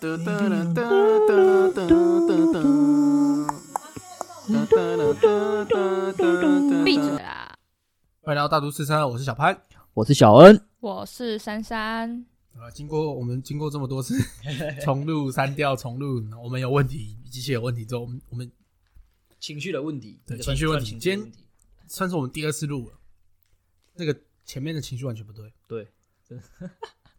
哒哒啦哒哒哒哒哒，哒哒啦哒哒哒闭嗯哒嘴哒。啦！欢迎来到大都市三，我是小潘。我是小恩，我是珊珊，啊，经过我们经过这么多次 重录、删掉、重录，我们有问题，机器有问题之后，我们我们情绪的问题，对也算情绪问题算情今天问题算是我们第二次录了，那个前面的情绪完全不对。对，真的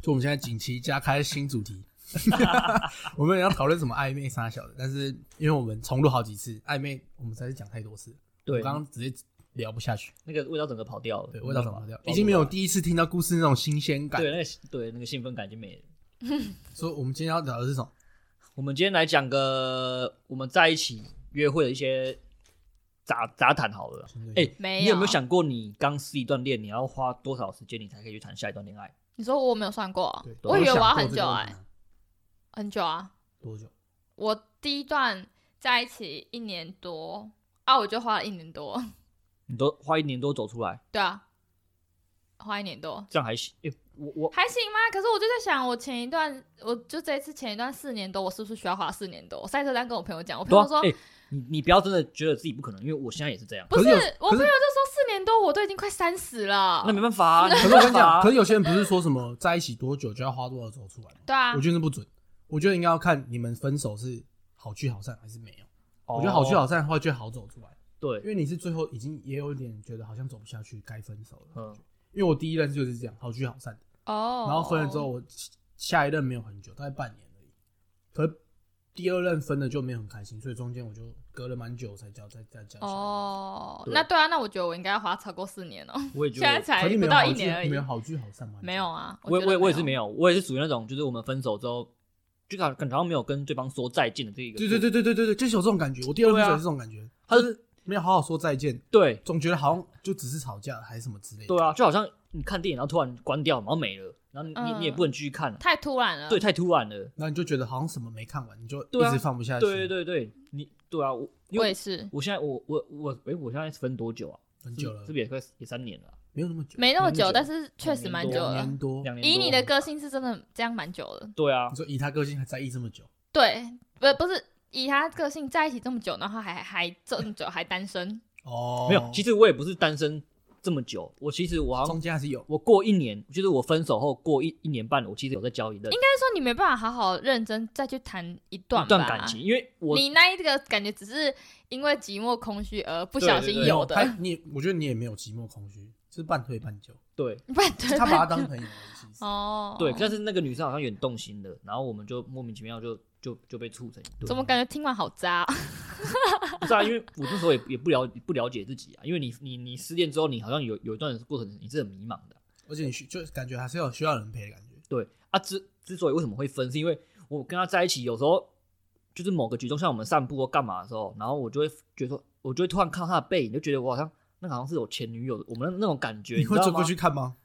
就我们现在紧急加开新主题， 我们要讨论什么暧昧啥小的，但是因为我们重录好几次暧昧，我们才是讲太多次，对，我刚刚直接聊不下去，那个味道整个跑掉了，对，味道怎没么办掉法，已经没有爆出第一次听到故事那种新鲜来感。哦对那个对那个兴奋感就没了。所以我们今天要聊的是什么？我们今天来讲个我们在一起约会的一些杂杂谈好了。哎、没有你有没有想过，你刚失一段恋，你要花多少时间，你才可以去谈下一段恋爱？你说我没有算过对，我以为我要想过很这久个问哎、题吗很久啊。多久？我第一段在一起一年多啊，我就花了一年多， 你都花一年多走出来，对啊，花一年多这样还行？哎、我我还行吗？可是我就在想，我前一段，我就这一次前一段四年多，我是不是需要花四年多？我上一次这样跟我朋友讲，我朋对友啊说、，哎、你你不要真的觉得自己不可能，因为我现在也是这样。不是可是有我朋可是友就说四年多，我都已经快三十了那。没办法啊，可可是我跟你讲，可是有些人不是说什么在一起多久就要花多少走出来吗，对啊我，觉得那不准。我觉得应该要看你们分手是好聚好散还是没有。我觉得好聚好散的话就好走出来，因哦对，为你是最后已经也有一点觉得好像走不下去，该分手了。嗯，因为我第一任就是这样，好聚好散，哦，然后分了之后，我下一任没有很久，大概半年而已。可是第二任分了就没有很开心，所以中间我就隔了蛮久才交再再交下一任。哦，对那对啊，那我觉得我应该要花超过四年哦，我也觉现得在可才是你不们有到好一聚年而你已们有，好聚好散吗？没有啊，我觉也得我也我也是没有，有，我也是属于那种，就是我们分手之后，就感感觉好像没有跟对方说再见的这一个。对对，对对对对对，就是有这种感觉。我第二啊分手也是这种感觉，他就是是没有好好说再见，对总觉得好像就只是吵架还是什么之类的。对啊，就好像你看电影，然后突然关掉，然后没了，然后你、你嗯你也不能继续看了，啊太突然了。对，，太突然了。然后你就觉得好像什么没看完，你就对一啊直放不下去。对对对，你对啊，我因我为也是，我现在我我我哎、我现在分多久啊？很久了是不，是也快也三年了啊？没有那么久，没那没么那么久，久但是确实蛮久两了。年多。两年多。以你的个性是真的这样蛮久了，对啊你，说以他个性还在意这么久，对，不不是以他个性在一起这么久，然后还还这么久还单身，哦，没有，其实我也不是单身这么久，我其实我好中像间还是有。我过一年，就是我分手后过一一年半，我其实有在交一任应该说你没办法好好认真再去谈一段一吧段感情，。因为我你那一个感觉只是因为寂寞空虚而不对小对心对有的，他你我觉得你也没有寂寞空虚，就是半推半 就，对不然对他把他 吧？当朋友而已其实。哦，对，但是那个女生好像有点动心的，然后我们就莫名其妙就就就被促成一对。怎么感觉听完好渣？啊不是啊？因为我那时候也也不了不了解自己啊，因为你你你失恋之后，你好像有有一段过程你是很迷茫的啊、而且你需就感觉还是要需要人陪的感觉。对啊，之之所以为什么会分，是因为我跟她在一起，有时候就是某个举动，像我们散步或干嘛的时候，然后我就会觉得说，我就会突然看到她的背影，就觉得我好像那个好像是我前女友的，我们的那种感觉，你你知会道走吗？过去看吗？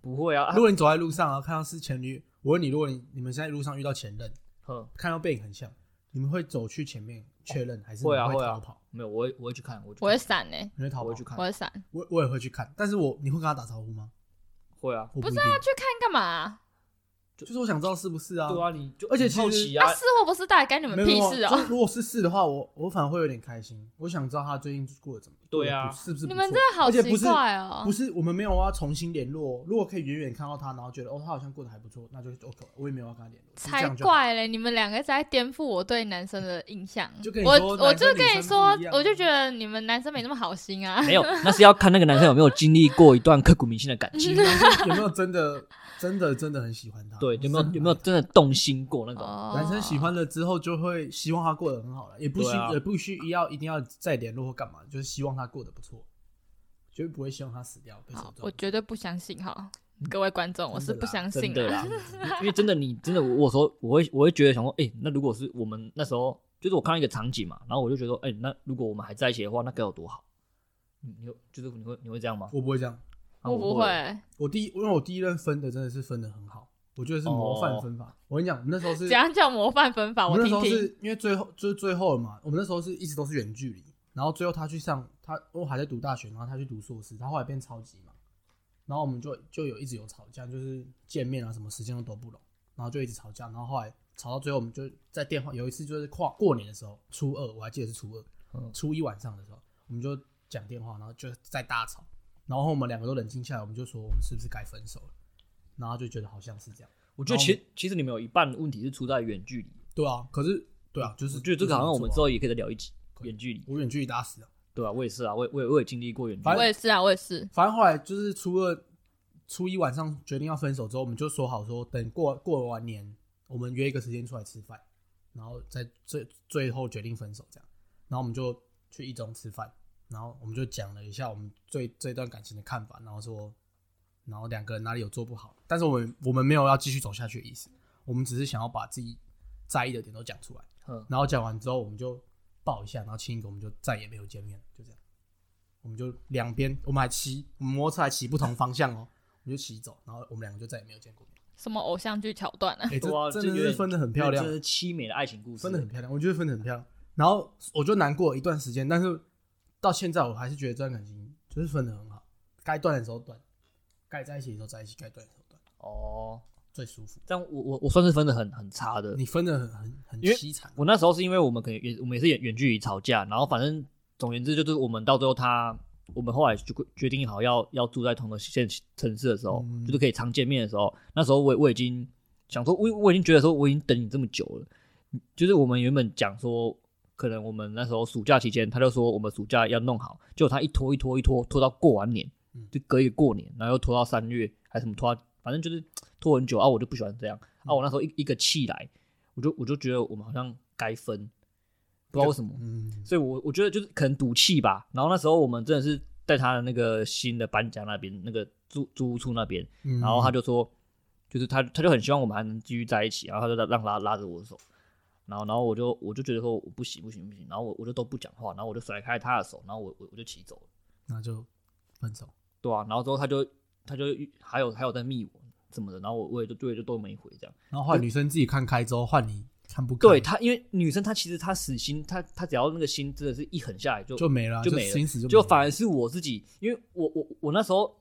不会啊，啊如果你走在路上啊，看到是前女，我问你，如果你你们现在路上遇到前任，呵看到背影很像，你们会走去前面确认，还是你会啊会会啊逃跑？没有，我会我会去看，我会去 我会看闪呢，你会逃我跑会去看我，会闪，我我也会去看，但是我你会跟他打招呼吗？会啊，我不不是是啊，去看干嘛啊？就是我想知道是不是啊？对啊，你就而且很其好实奇啊啊，，是或不是，到底干你们没有，屁没有事哦就？是如果是是的话，我我反而会有点开心，我想知道他最近过得怎么，对啊过得不是不是不你错们真的好而且不奇是怪哦不！是，我们没有要重新联络。如果可以远远看到他，然后觉得哦，他好像过得还不错，那就 OK。我也没有要跟他联络，就这 才样就好。怪嘞！你们两个在颠覆我对男生的印象就跟。你我说我男就生女跟你生说不一，样啊我就觉得你们男生没那么好心啊。 没有，那是要看那个男生有没有经历过一段刻骨铭心的感情，有没有真的真的真的很喜欢他？ 对，有没有真的有没有真的动心过那种？哦男生喜欢了之后就会希望他过得很好了，也不需、对啊也不需要一定要再联络或干嘛，就是希望他过得不错，绝对不会希望他死掉被好手，我绝对不相信哈，嗯各位观众，我是不相信真啊的的。啦，因为真的你真的，我我说我会我会觉得想说，哎、那如果是我们那时候，就是我看到一个场景嘛，然后我就觉得说，哎、那如果我们还在一起的话，那该有多好？你你有就是你会你会这样吗？我不会这样。啊我不不会，会，我第一，因为我第一任分的真的是分的很好，我觉得是模哦范分法。我跟你讲，我们那时候是怎样叫模范分法？我我们那时听候听。是因为最后就是最后了嘛，我们那时候是一直都是远距离，然后最后他去上他，因为我还在读大学，然后他去读硕士，他后来变超级嘛，然后我们就就有一直有吵架，就是见面啊什么时间都都不拢，然后就一直吵架，然后后来吵到最后，我们就在电话有一次就是跨过年的时候，初二我还记得是初二，嗯初一晚上的时候，我们就讲电话，然后就在大吵，然后我们两个都冷静下来，我们就说我们是不是该分手了，然后就觉得好像是这样，我觉得其其实你们有一半的问题是出在远距离，对啊，可是对啊，就是我觉得这个好像我们之做后也可以再聊一集远距离，我远距离打死啊，对啊，我也是啊，我也我也我也经历过远距反离我正，也是啊，我也是。反正后来就是初二、初一晚上决定要分手之后，我们就说好说，等过过完年，我们约一个时间出来吃饭，然后再最最后决定分手这样。然后我们就去一中吃饭，然后我们就讲了一下我们对这段感情的看法，然后说，然后两个人哪里有做不好，但是我们我们没有要继续走下去的意思，我们只是想要把自己在意的点都讲出来。嗯，然后讲完之后，我们就抱一下，然后亲一个，我们就再也没有见面，就这样。我们就两边，我们还骑，我们摩托车还骑不同方向哦，我们就骑走，然后我们两个就再也没有见过 面。什么偶像剧桥段啊？哎、对啊这这真有的是点分的很漂亮这，是凄美的爱情故事，分的很漂亮，我觉得分的很漂亮。然后我就难过一段时间，但是到现在我还是觉得这段感情就是分的很好，该断的时候断，该在一起的时候在一起，该断的时候断，哦。最舒服。但我我我算是分的很很差的，你分的很很很因为凄惨，我那时候是因为我们可能也我们也是远远距离吵架，然后反正总而言之就是我们到最后他我们后来就决定好要要住在同个县城市的时候，嗯就是可以常见面的时候，那时候我也我已经想说，我我已经觉得说我已经等你这么久了，就是我们原本讲说。可能我们那时候暑假期间，他就说我们暑假要弄好，结果他一拖一拖一拖，拖到过完年嗯，就隔一个过年，然后又拖到三月，还什么拖到，反正就是拖很久啊，我就不喜欢这样啊，我那时候一一个气来，我就我就觉得我们好像该分，不知道为什么，嗯，所以我我觉得就是可能赌气吧。然后那时候我们真的是在他的那个新的搬家那边，那个租租屋处那边，嗯然后他就说，就是他他就很希望我们还能继续在一起，然后他就让拉拉着我的手，然后然后我就我就觉得说我不行不行不行，然后我我就都不讲话，然后我就甩开他的手，然后我我我就骑走了，那就分手。对啊，然后之后他就他就还有还有在密我什么的，然后我我也就对就都没回这样。然后换女生自己看开之后，换你看不开，对她，因为女生她其实她死心，她她只要那个心真的是一狠下来就就没了，就没了心死就就没了反而是我自己，因为我我我那时候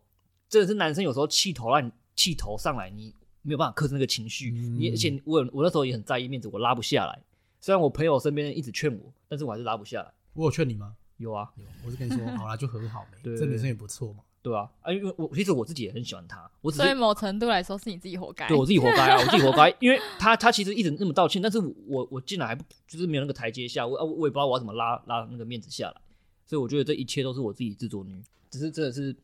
真的是男生有时候气头让你气头上来，你没有办法克制那个情绪，嗯你而且我有我那时候也很在意面子，我拉不下来。虽然我朋友身边人一直劝我，但是我还是拉不下来。我有劝你吗？有啊，有，我是 跟你说，好啦，就和好没，对这女生也不错嘛。对啊，啊，因为我其实我自己也很喜欢他，我只所以是某程度来说是你自己活该。对我自己活该啊，我自己活该，因为他他其实一直那么道歉，但是我我我进来还不就是没有那个台阶下，我啊我我也不知道我要怎么拉拉那个面子下来，所以我觉得这一切都是我自己自作孽，只是真的是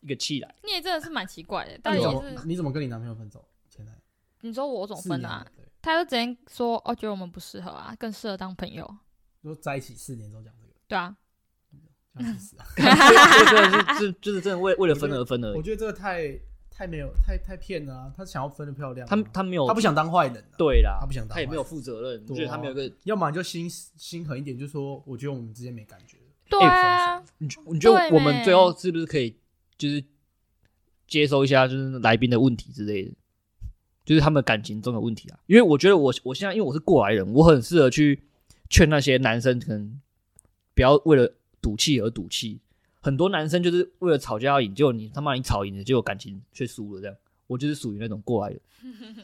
一个气 来。你也真的是蛮奇怪的，那但你也怎是么你怎么跟你男朋友分手？前男友你说我怎么四分年啊了？对，他就直接说哦，觉得我们不适合啊，更适合当朋友。就在一起四年之后讲这个，对啊，这样去死啊！这个是是就是真的为为了分而分而我已。觉得这个太太没有太太骗了啊！他想要分的漂亮啊，他他没有，他不想当坏人啊，对啦，他不想啊当他也没有负责任。我觉得他没有一个，要么就心心狠一点，就说我觉得我们之间没感觉了， 对啊，你觉你觉得对我们咩最后是不是可以就是接收一下就是来宾的问题之类的，就是他们感情中的问题啊？因为我觉得我我现在因为我是过来人，我很适合去劝那些男生，可能不要为了赌气而赌气。很多男生就是为了吵架要赢，结果你他妈你吵赢了，结果感情却输了，这样我就是属于那种过来人。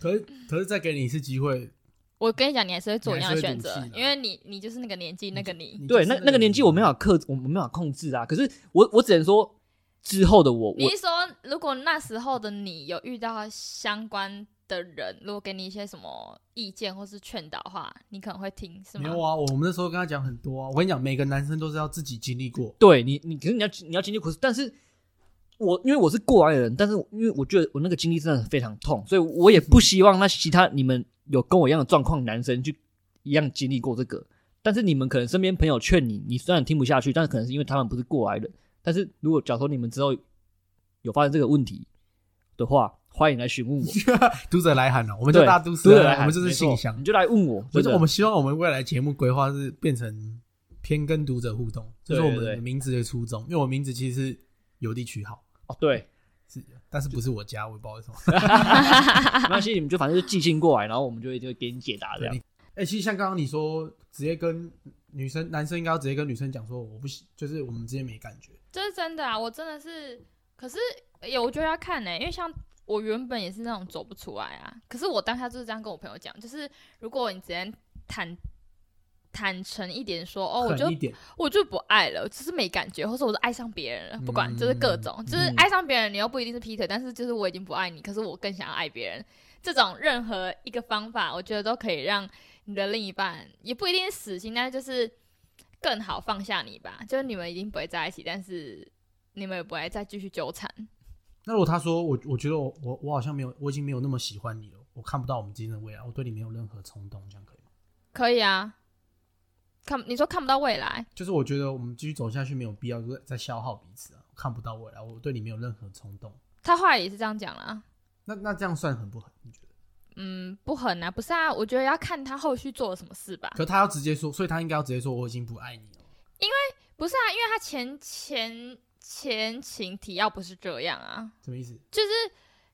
可是可是再给你一次机会，我跟你讲，你还是会做一你还样的是会选赌择气，的因为你你就是那个年纪，那个你。你就对，是那那个年纪我没法克，我没法控制啊。可是我我只能说，之后的我，你我是说，如果那时候的你有遇到相关的人，如果给你一些什么意见或是劝导的话，你可能会听，是没吗？有啊，我们那时候跟他讲很多啊，我跟你讲，每个男生都是要自己经历过，对你你，可是你要你要经历苦，但是我因为我是过来人，但是因为我觉得我那个经历真的非常痛，所以我也不希望那其他你们有跟我一样的状况的男生去一样经历过这个。但是你们可能身边朋友劝你，你虽然听不下去，但是可能是因为他们不是过来人。但是如果假如说你们之后有发现这个问题的话，欢迎来询 问我。哎读者来函了，啊我们就对，大都市对来函，我们就是没错信箱你。就来问我，不真是，的我们希望我们未来节目规划是变成偏跟读者互动，这、对是我们对的对名字的初衷。因为我名字其实是有地取好，哦， 对，是，但是不是我家，我也不知道为什么。没关系，你们就反正就寄信过来，然后我们就会就会给你解答这样对。 哎、其实像刚刚你说，直接跟女生、男生应该要直接跟女生讲说，我不喜，就是我们之间没感觉。这是真的啊，我真的是，可是也我觉得要看呢、因为像我原本也是那种走不出来啊，可是我当下就是这样跟我朋友讲，就是如果你直接坦坦诚一点说，哦，我就狠一点，我就不爱了，就是没感觉，或者我是爱上别人了，不管嗯就是各种，就是嗯爱上别人，你又不一定是劈腿，但是就是我已经不爱你，可是我更想要爱别人，这种任何一个方法，我觉得都可以让你的另一半也不一定是死心，但是就是更好放下你吧，就是你们已经不会在一起，但是你们也不会再继续纠缠。那如果他说我，我觉得我我我好像没有，我已经没有那么喜欢你了，我看不到我们今天的未来，我对你没有任何冲动，这样可以吗？可以啊，看你说看不到未来，就是我觉得我们继续走下去没有必要，就是在消耗彼此啊，我看不到未来，我对你没有任何冲动。他后来也是这样讲啦。那那这样算很不狠，你觉得？嗯，不狠啊，不是啊，我觉得要看他后续做了什么事吧。可他要直接说，所以他应该要直接说我已经不爱你了。不是啊，因为他前前前情提要不是这样啊，什么意思？就是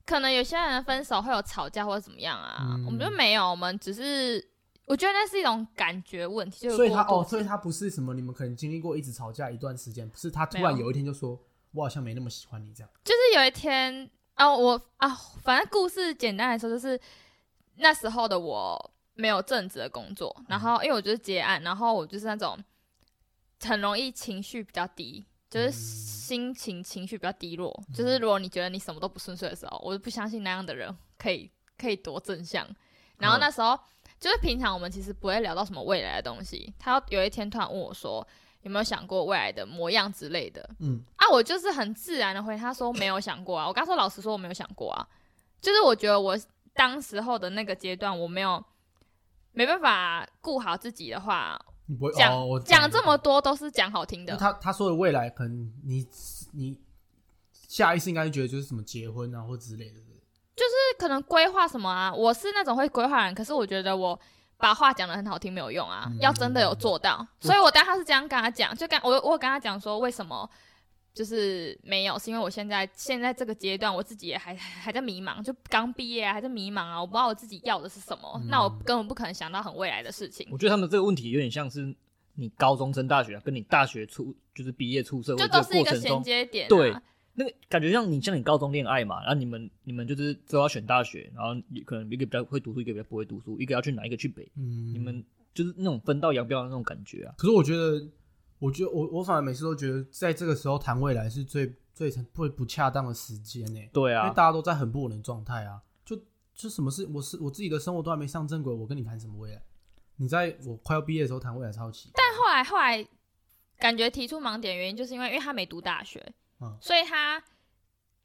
可能有些人分手会有吵架或者怎么样啊，嗯我们就没有，我们只是我觉得那是一种感觉问题，就是所以过他度哦，所以他不是什么你们可能经历过一直吵架一段时间，是他突没然有有一天就说我好像没那么喜欢你这样。就是有一天啊，我啊，反正故事简单来说就是那时候的我没有正职的工作，然后因为我就是接案，然后我就是那种很容易情绪比较低，就是心情情绪比较低落，就是如果你觉得你什么都不顺遂的时候，我就不相信那样的人可以可以多正向。然后那时候、就是平常我们其实不会聊到什么未来的东西，他有一天突然问我说。有没有想过未来的模样之类的？嗯，啊，我就是很自然的回他说没有想过啊。我刚说老实说我没有想过啊，就是我觉得我当时候的那个阶段我没有没办法顾好自己的话，你不会讲哦，我讲懂这么多都是讲好听那的。他他说的未来，可能你你下意识应该觉得就是什么结婚啊或之类的，就是可能规划什么啊，我是那种会规划的人，可是我觉得我把话讲的很好听没有用啊，嗯要真的有做嗯到。所以我当他是这样跟他讲，就跟我我有跟他讲说为什么。就是没有，是因为我现在现在这个阶段，我自己也还还在迷茫，就刚毕业啊，还在迷茫啊，我不知道我自己要的是什么，嗯那我根本不可能想到很未来的事情，我觉得他们这个问题有点像是你高中升大学、啊，跟你大学出就是毕业出社会就这都个是一过个程衔中，接点、啊。对那个感觉像你像你高中恋爱嘛，然后你们你们就是都要选大学，然后你可能一个比较会读书，一个比较不会读书，一个要去南，一个去北，嗯，你们就是那种分道扬镳的那种感觉啊。可是我觉得，我觉得我我反而每次都觉得，在这个时候谈未来是最最最不恰当的时间呢、对因为啊，大家都在很不稳的状态啊，就就什么事，我是我自己的生活都还没上正轨，我跟你谈什么未来？你在我快要毕业的时候谈未来超奇怪，但后来后来感觉提出盲点的原因，就是因为因为他没读大学，嗯所以他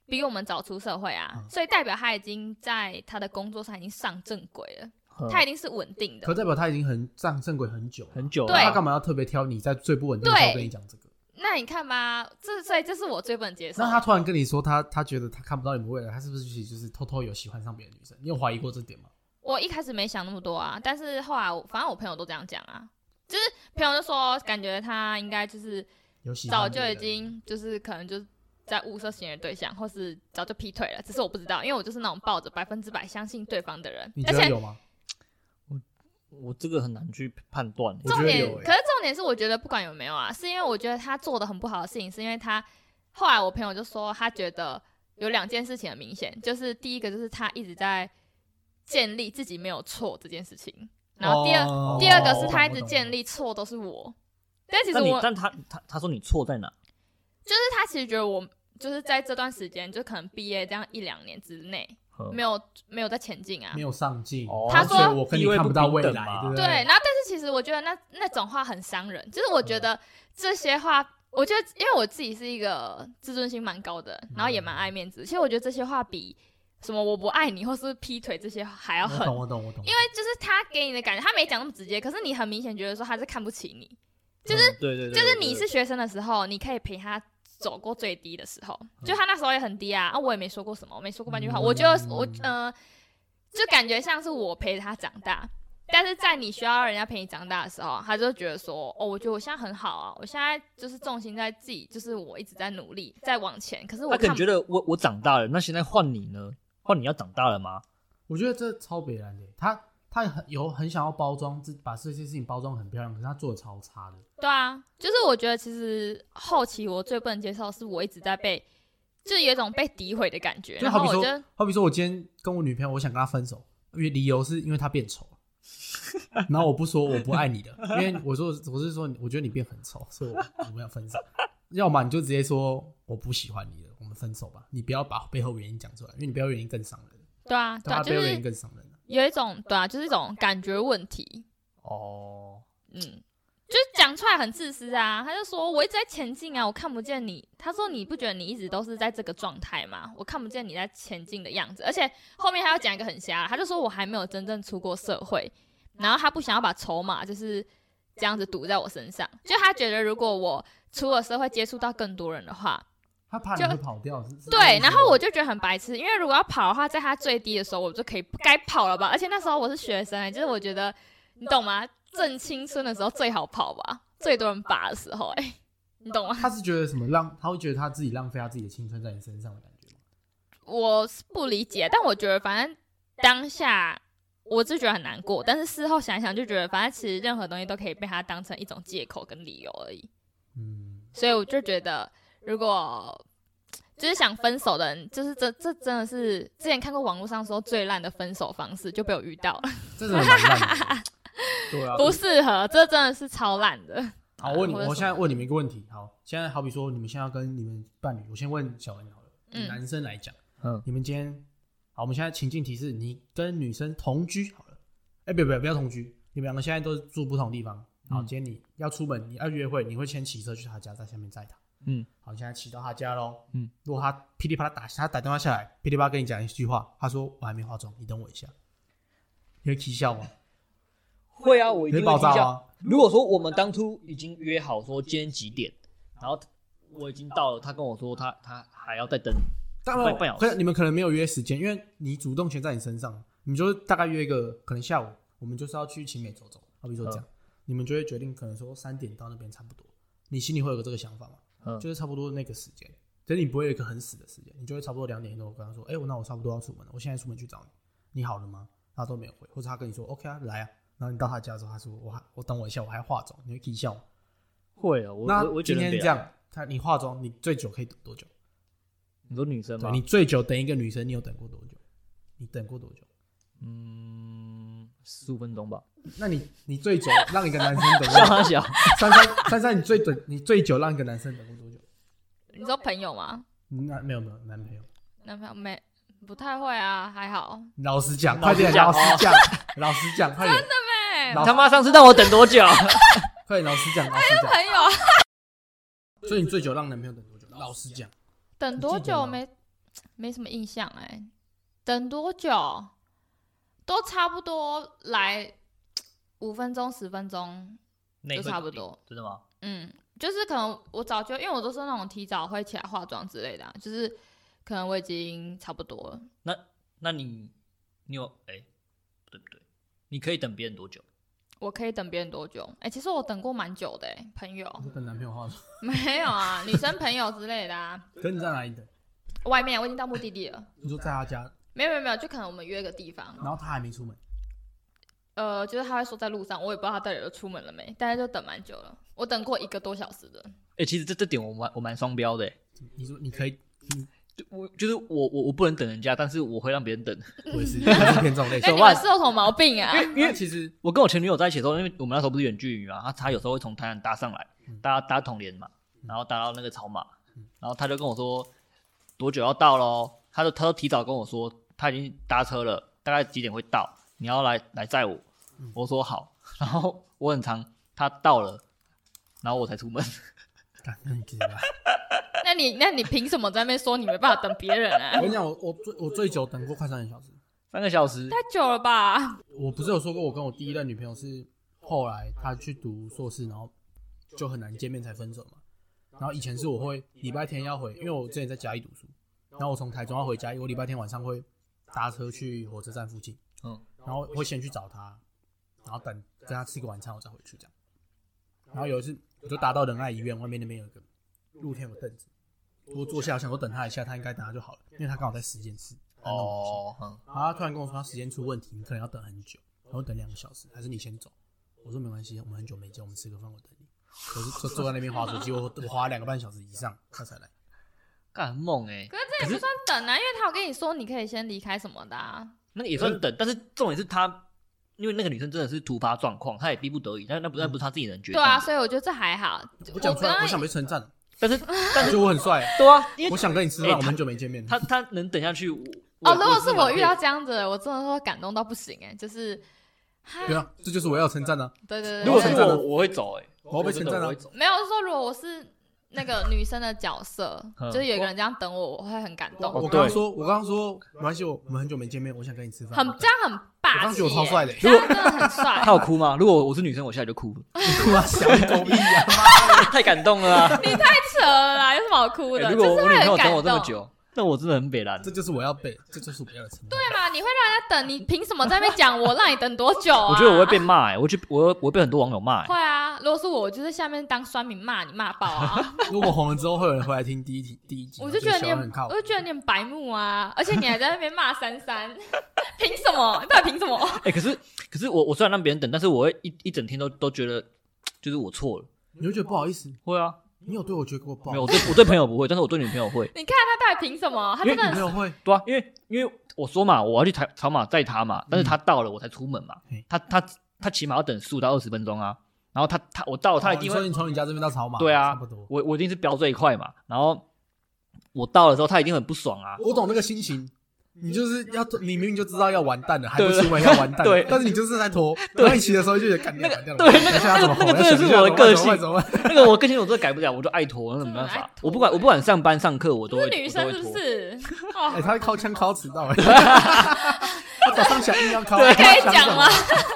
比我们早出社会啊，嗯所以代表他已经在他的工作上已经上正轨了，嗯他一定是稳定可的。代表他已经很上正轨很久了很久对那啊他干嘛要特别挑你在最不稳定的时候对跟你讲这个？那你看吧，这所以这是我最不能接受的。那他突然跟你说他他觉得他看不到你们未来，他是不是其实就是偷偷有喜欢上别的女生？你有怀疑过这点吗？我一开始没想那么多啊，但是后来我反正我朋友都这样讲啊，就是朋友就说感觉他应该就是有喜欢早的就已人经就是可能就是在物色型的对象，或是早就劈腿了，只是我不知道，因为我就是那种抱着百分之百相信对方的人你，觉而得且有吗？我这个很难去判断欸、我觉重得点，有欸可是重点是，我觉得不管有没有啊，是因为我觉得他做的很不好的事情，是因为他后来我朋友就说，他觉得有两件事情很明显，就是第一个就是他一直在建立自己没有错这件事情，然后第二、哦第二个是他一我直懂建立错都是我，但其实但你我但他他他说你错在哪？就是他其实觉得我就是在这段时间，就可能毕业这样一两年之内嗯没有没有在前进啊没，有上进，哦他说所以我跟你地位看不不到未平等来，嘛对不对，然后但是其实我觉得那那种话很伤人，就是我觉得这些话，我觉得因为我自己是一个自尊心蛮高的，然后也蛮爱面子，其实我觉得这些话比什么我不爱你或是劈腿这些还要我狠，懂，我懂，我懂。因因为就是他给你的感觉，他没讲那么直接，可是你很明显觉得说他是看不起你，就是、嗯对对对，就是对你对是学生的时候，你可以陪他。走过最低的时候，嗯就他那时候也很低啊，啊，我也没说过什么，我没说过半句话，我就我嗯、呃，就感觉像是我陪着他长大，但是在你需要人家陪你长大的时候，他就觉得说，哦，我觉得我现在很好啊，我现在就是重心在自己，就是我一直在努力，在往前。可是我他可能看觉得我我长大了，那现在换你呢？换你要长大了吗？我觉得这超北然的，他他很有很想要包装自把这些事情包装得很漂亮，可是他做的超差的。对啊，就是我觉得其实后期我最不能接受是我一直在被就是有一种被诋毁的感觉。就然好后比我说就，好比说我今天跟我女朋友，我想跟她分手，因为理由是因为她变丑。 然后我不说我不爱你的，因为我说我是说，我觉得你变很丑，所以我我们要分手。 要么你就直接说我不喜欢你了，我们分手吧。你不要把背后原因讲出来，因为你背后原因更伤人，对啊，对对吧啊，背就后原因是更伤人。有一种对啊，就是一种感觉问题。哦，嗯，就是讲出来很自私啊。他就说我一直在前进啊，我看不见你。他说你不觉得你一直都是在这个状态吗？我看不见你在前进的样子。而且后面他要讲一个很瞎，他就说我还没有真正出过社会，然后他不想要把筹码就是这样子赌在我身上，就他觉得如果我出了社会接触到更多人的话，他怕你就会跑掉，是是这个意对，思然后吗我就觉得很白痴，因为如果要跑的话，在他最低的时候，我就可以该跑了吧？而且那时候我是学生、欸就是我觉得你懂吗？正青春的时候最好跑吧，最多人拔的时候、哎，你懂吗？ 他是觉得什么浪，他会觉得他自己浪费他自己的青春在你身上的感觉吗。我是不理解，但我觉得反正当下我就觉得很难过，但是事后想一想就觉得，反正其实任何东西都可以被他当成一种借口跟理由而已。嗯，所以我就觉得，如果就是想分手的人，就是这这真的是之前看过网络上说最烂的分手方式，就被我遇到了，这种蛮 烂的。对啊，不适合，这真的是超烂的。好，我问你，呃或者我什现在么问你们一个问题。好，现在好比说，你们现在要跟你们伴侣，我先问小恩好了，以嗯男生来讲，嗯你们今天，好，我们现在情境题是你跟女生同居好了，哎、不不不要同居，你们两个现在都住不同地方。好，嗯今天你要出门，你要约会，你会先骑车去他家，在下面载他。嗯，好，你现在骑到他家喽。嗯，如果他噼里啪啦打，他打电话下来，噼里啪啦跟你讲一句话，他说我还没化妆，你等我一下，你会起笑吗？会啊，我一你会定爆会炸记下。吗？如果说我们当初已经约好说今天几点，然后我已经到了，他跟我说他他还要再等，当然半小，时可能你们可能没有约时间，因为你主动权在你身上，你们就大概约一个，可能下午我们就是要去青美走走，好比说这样，你们就会决定可能说三点到那边差不多，你心里会有个这个想法嘛，嗯就是差不多那个时间，所以你不会有一个很死的时间，你就会差不多两点多跟他说，哎、我那我差不多要出门了，我现在出门去找你，你好了吗？他都没有回，或者他跟你说 OK 啊，来啊，然后你到他家之后，他说我还我等我一下，我还化妆，你会笑吗？会啊，我我那我觉今得天很这屌，样，他你化妆，你最久可以等多久？你说女生吗对？你最久等一个女生，你有等过多久？你等过多久？嗯，十五分钟吧，那你你最久让一个男生等笑 过？他小，珊珊珊珊，你最等你最久让一个男生等过多久？你说朋友吗？那没有没有男朋友。男朋友没不太会啊，还好。老实讲，老快实点，讲老哦实讲，老实讲， 快点，哎、老他妈上次让我等多 啊久？快点，老实 哎讲，老实讲。朋友啊，所以你最久让男朋友等多久？老实讲， 等多久没没什么印象哎、等多久都差不多来五分钟十分钟，那就差不多，真的吗？嗯，就是可能我早就因为我都是那种提早会起来化妆之类的啊、就是可能我已经差不多了。那你你有哎，不对不对，你可以等别人多久？我可以等别人多久？哎、其实我等过蛮久的、欸，朋友 你等男朋友化妆，没有啊，女生朋友之类的啊。可是你在哪里等？外面啊我已经到目的地了，你说在他家，没有没有没有，就可能我们约个地方，然后他还没出门，呃，就是他会说在路上，我也不知道他到底有出门了没，大概就等蛮久了。我等过一个多小时的，哎，其实这这点我蛮我蛮双标的，哎你说你可以，就我就是我我我不能等人家，但是我会让别人等。我 也是，我也是偏这种类那型。你们是有什么毛病啊？ 因为其实我跟我前女友在一起的时候，因为我们那时候不是远距离嘛，她她有时候会从台南搭上来，嗯搭搭统联嘛，然后搭到那个草马，然后她就跟我说多久要到咯，她就她都提早跟我说她已经搭车了，大概几点会到，你要来来载我，嗯我说好， 然后我很长，她到了，然后我才出门， 干那你自己来那你那你凭什么在那边说你没办法等别人啊 我？跟你讲，我我最我最久等过快三个小时。三个小时太，久了吧？我不是有说过，我跟我第一任女朋友是后来她去读硕士，然后就很难见面才分手嘛。然后以前是我会礼拜天要回，因为我之前在嘉义读书，然后我从台中要回嘉义，我礼拜天晚上会搭车去火车站附近，嗯，然后会先去找她，然后等跟她吃个晚餐，我再回去这样。然后有一次我就搭到仁爱医院外面那边有一个露天有个凳子，我坐下我想说等她一下，她应该等下就好了，因为她刚好在实验室。她弄东西哦，嗯然后他突然跟我说他时间出问题，你可能要等很久，然后等两个小时，还是你先走？我说没关系，我们很久没见，我们吃个饭，我等你。我就坐坐在那边划手机，我我划两个半小时以上，他才来。干很猛哎、可是这也不算等啊，因为他有跟你说你可以先离开什么的啊。那也算等，但是重点是他，因为那个女生真的是突发状况，她也逼不得已，但那不那不是她自己能决定。对啊，，所以我觉得这还好。我刚讲哦出来，我刚想被称赞，啊但是我觉得我很帅，对啊，因我为想跟你吃哎饭，我他们很久没见面。她她能等下去。我哦，如果是我遇到也这样子的，我真的会感动到不行哎、就是，哈对啊，这就是我要称赞的。对对对，如果是对对称赞我，呢我会走哎、我要被称赞啊我会走。没有是说如果我是那个女生的角色， 嗯就是有一个人这样等我，我会很感动，哦我对刚刚说，我刚刚说，没关系，我我们很久没见面，我想跟你吃饭。很这样很我霸刚气、觉得我超帅的，这样真的 很她帅。有哭吗？如果我是女生，我现在就哭了，哭啊，小狗屁啊！ 太感动了 啊、你太扯了啦，有什么好哭的？欸如就果是我会女朋很友感等动，我这么久，那我真的很北蓝这。就是我要被，这就是我要的称赞。对嘛？你会让人家等，你凭什么在那边讲我让你等多久 啊？我觉得我会被骂哎、我去我我会被很多网友骂哎、会啊，如果是我，我就在下面当酸民骂你骂爆啊！如果红了之后，会有人回来听第一集，第一集，我就就觉得你小很人很，靠我就觉得你很白目啊！而且你还在那边骂珊珊， 凭什么？你到底凭什么？哎、可是可是我我虽然让别人等，但是我会一一整天都都觉得就是我错了。你会觉得不好意思，会啊，你有对我觉得过不没有好我，对我对朋友不会，但是我对女朋友会。你看他到底凭什么？他真的女朋友会对啊，因为因为我说嘛，我要去采草马载他嘛，但是他到了我才出门嘛，嗯嘿他他他起码要等十五到二十分钟啊，然后他他我到了他一定哦你说会，你从你家这边到草马，对啊差不多。我我一定是飙最快嘛，然后我到了之后他一定很不爽啊，我懂那个心情，你就是要你明明就知道要完蛋了，还不对出门要完蛋，对但是你就是在拖。然后你骑的时候就觉得干掉完蛋了，对那个等一下要怎么吼那个那个真的是要我的想一下个怎么办性怎么办怎么那个我跟前我真的改不了，我就爱拖，那没办真的爱法，拖我不管我不管上班上课我都会是女我都生会是拖不，是？办哎，哦，他靠枪靠迟到，哎他早上想硬要靠，对不知道可以想什讲么吗？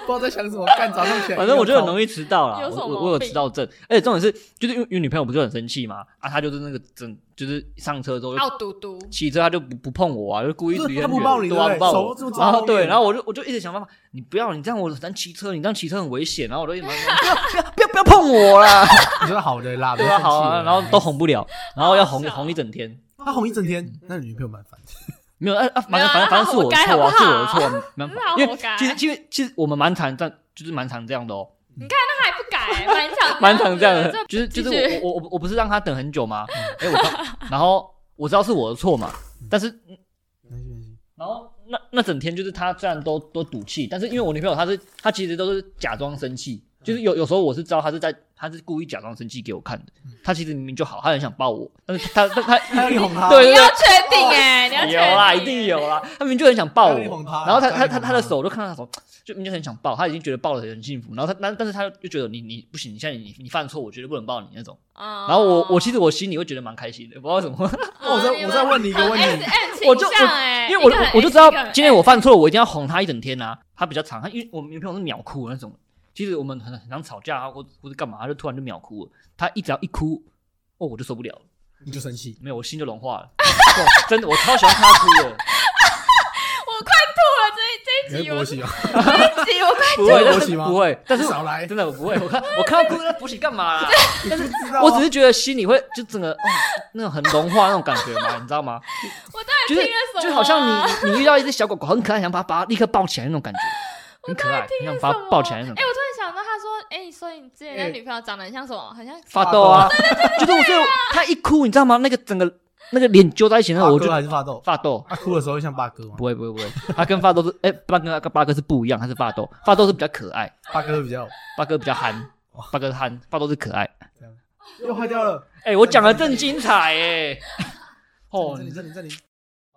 不知道在想什么，干早上起来。反正我就很容易迟到啦，有什么我我我有毛病迟到症，而且重点是就是因为因为女朋友不就很生气嘛，啊她就是那个整就是上车之后就傲嘟嘟，骑车他就不不碰我啊，就故意不是离他很不远，抱你对啊，对不不对抱手我这么抓然后后对，面然后我就我就一直想办法，你不要你这样我咱骑车，你这样骑车很危险，然后我就一直 不要不要不要不要碰我啦，你说好的啦，对别啊生气好啊，了然后都红不了，然后要红好好笑啊红一整天，他红一整天，那你女朋友蛮烦的。没有啊啊，反没有正反啊正反正是我的他错活啊，该是我好不的好错啊， 没办真的法，好因活为该其实其实其实我们蛮常这样，就是蛮常这样的哦，他还不改，欸蛮 想蛮常这样的子，就是就啊继是续我我我我不是让他等很久吗？哎我刚，然后我知道是我的错嘛，但是没事没事然后那那整天就是他虽然都都赌气，但是因为我女朋友她是她其实都是假装生气，就是有有时候我是知道她是在她是故意假装生气给我看的，她其实明明就好，她很想抱我，但是她她她他要你哄他，对嗯 你对要确定哎，你要对，确哦有定啦，一定有啦，她明明就很想抱她要你我哄，她然后她她她她要你哄她她的手就看她的手，就明明就很想抱，她已经觉得抱了很幸福，然后她但但是她就觉得你你不行，你现在你你犯错，我绝对不能抱你那种，嗯然后我我其实我心里会觉得蛮开心的，不知道为什么。哦我再你们我再问你一个问题很 S- M 我就倾向欸 因为我一个很我就知 S，道一个哎很今天我犯错了，我一定要哄他一整天啊。他比较长，他因为我女朋友是秒哭的那种，其实我们很很常吵架啊，或或者干嘛，他就突然就秒哭了。他一只要一哭，哦，我就受不了了，你就生气。没有，我心就融化了。 哦真的，我超喜欢他哭的， 我快吐了，这一这一你集会勃我起这啊？一集我快不会，但这个勃起是吗不会，但是少 来真的我不会。我看我看他哭，那勃起干嘛啦？你知不知道啊我只是觉得心里会就整个哦，那种很融化那种感觉 嘛，你知道吗？我到底就听是了什么啊？就好像你你遇到一只小狗狗很可爱，想把它把它立刻抱起来那种感觉，很可爱，你想把它抱起来那种哎，。我突然想到，他说，哎，所以你之前哎的女朋友长得很像什么？很像发抖啊，就是我所以他一哭，你知道吗？那个整个那个脸揪在一起，那发个我哥就还是发豆？发啊抖。他哭的时候会像八哥吗不？会不会不会，他跟发豆是哎，八哥跟八哥是不一样，他是发抖，发抖是比较可爱，八哥会比较八哥比较憨，八哥憨，发抖是可爱。又坏掉了。哎，我讲的正精彩 哎。哦这，里这里这里。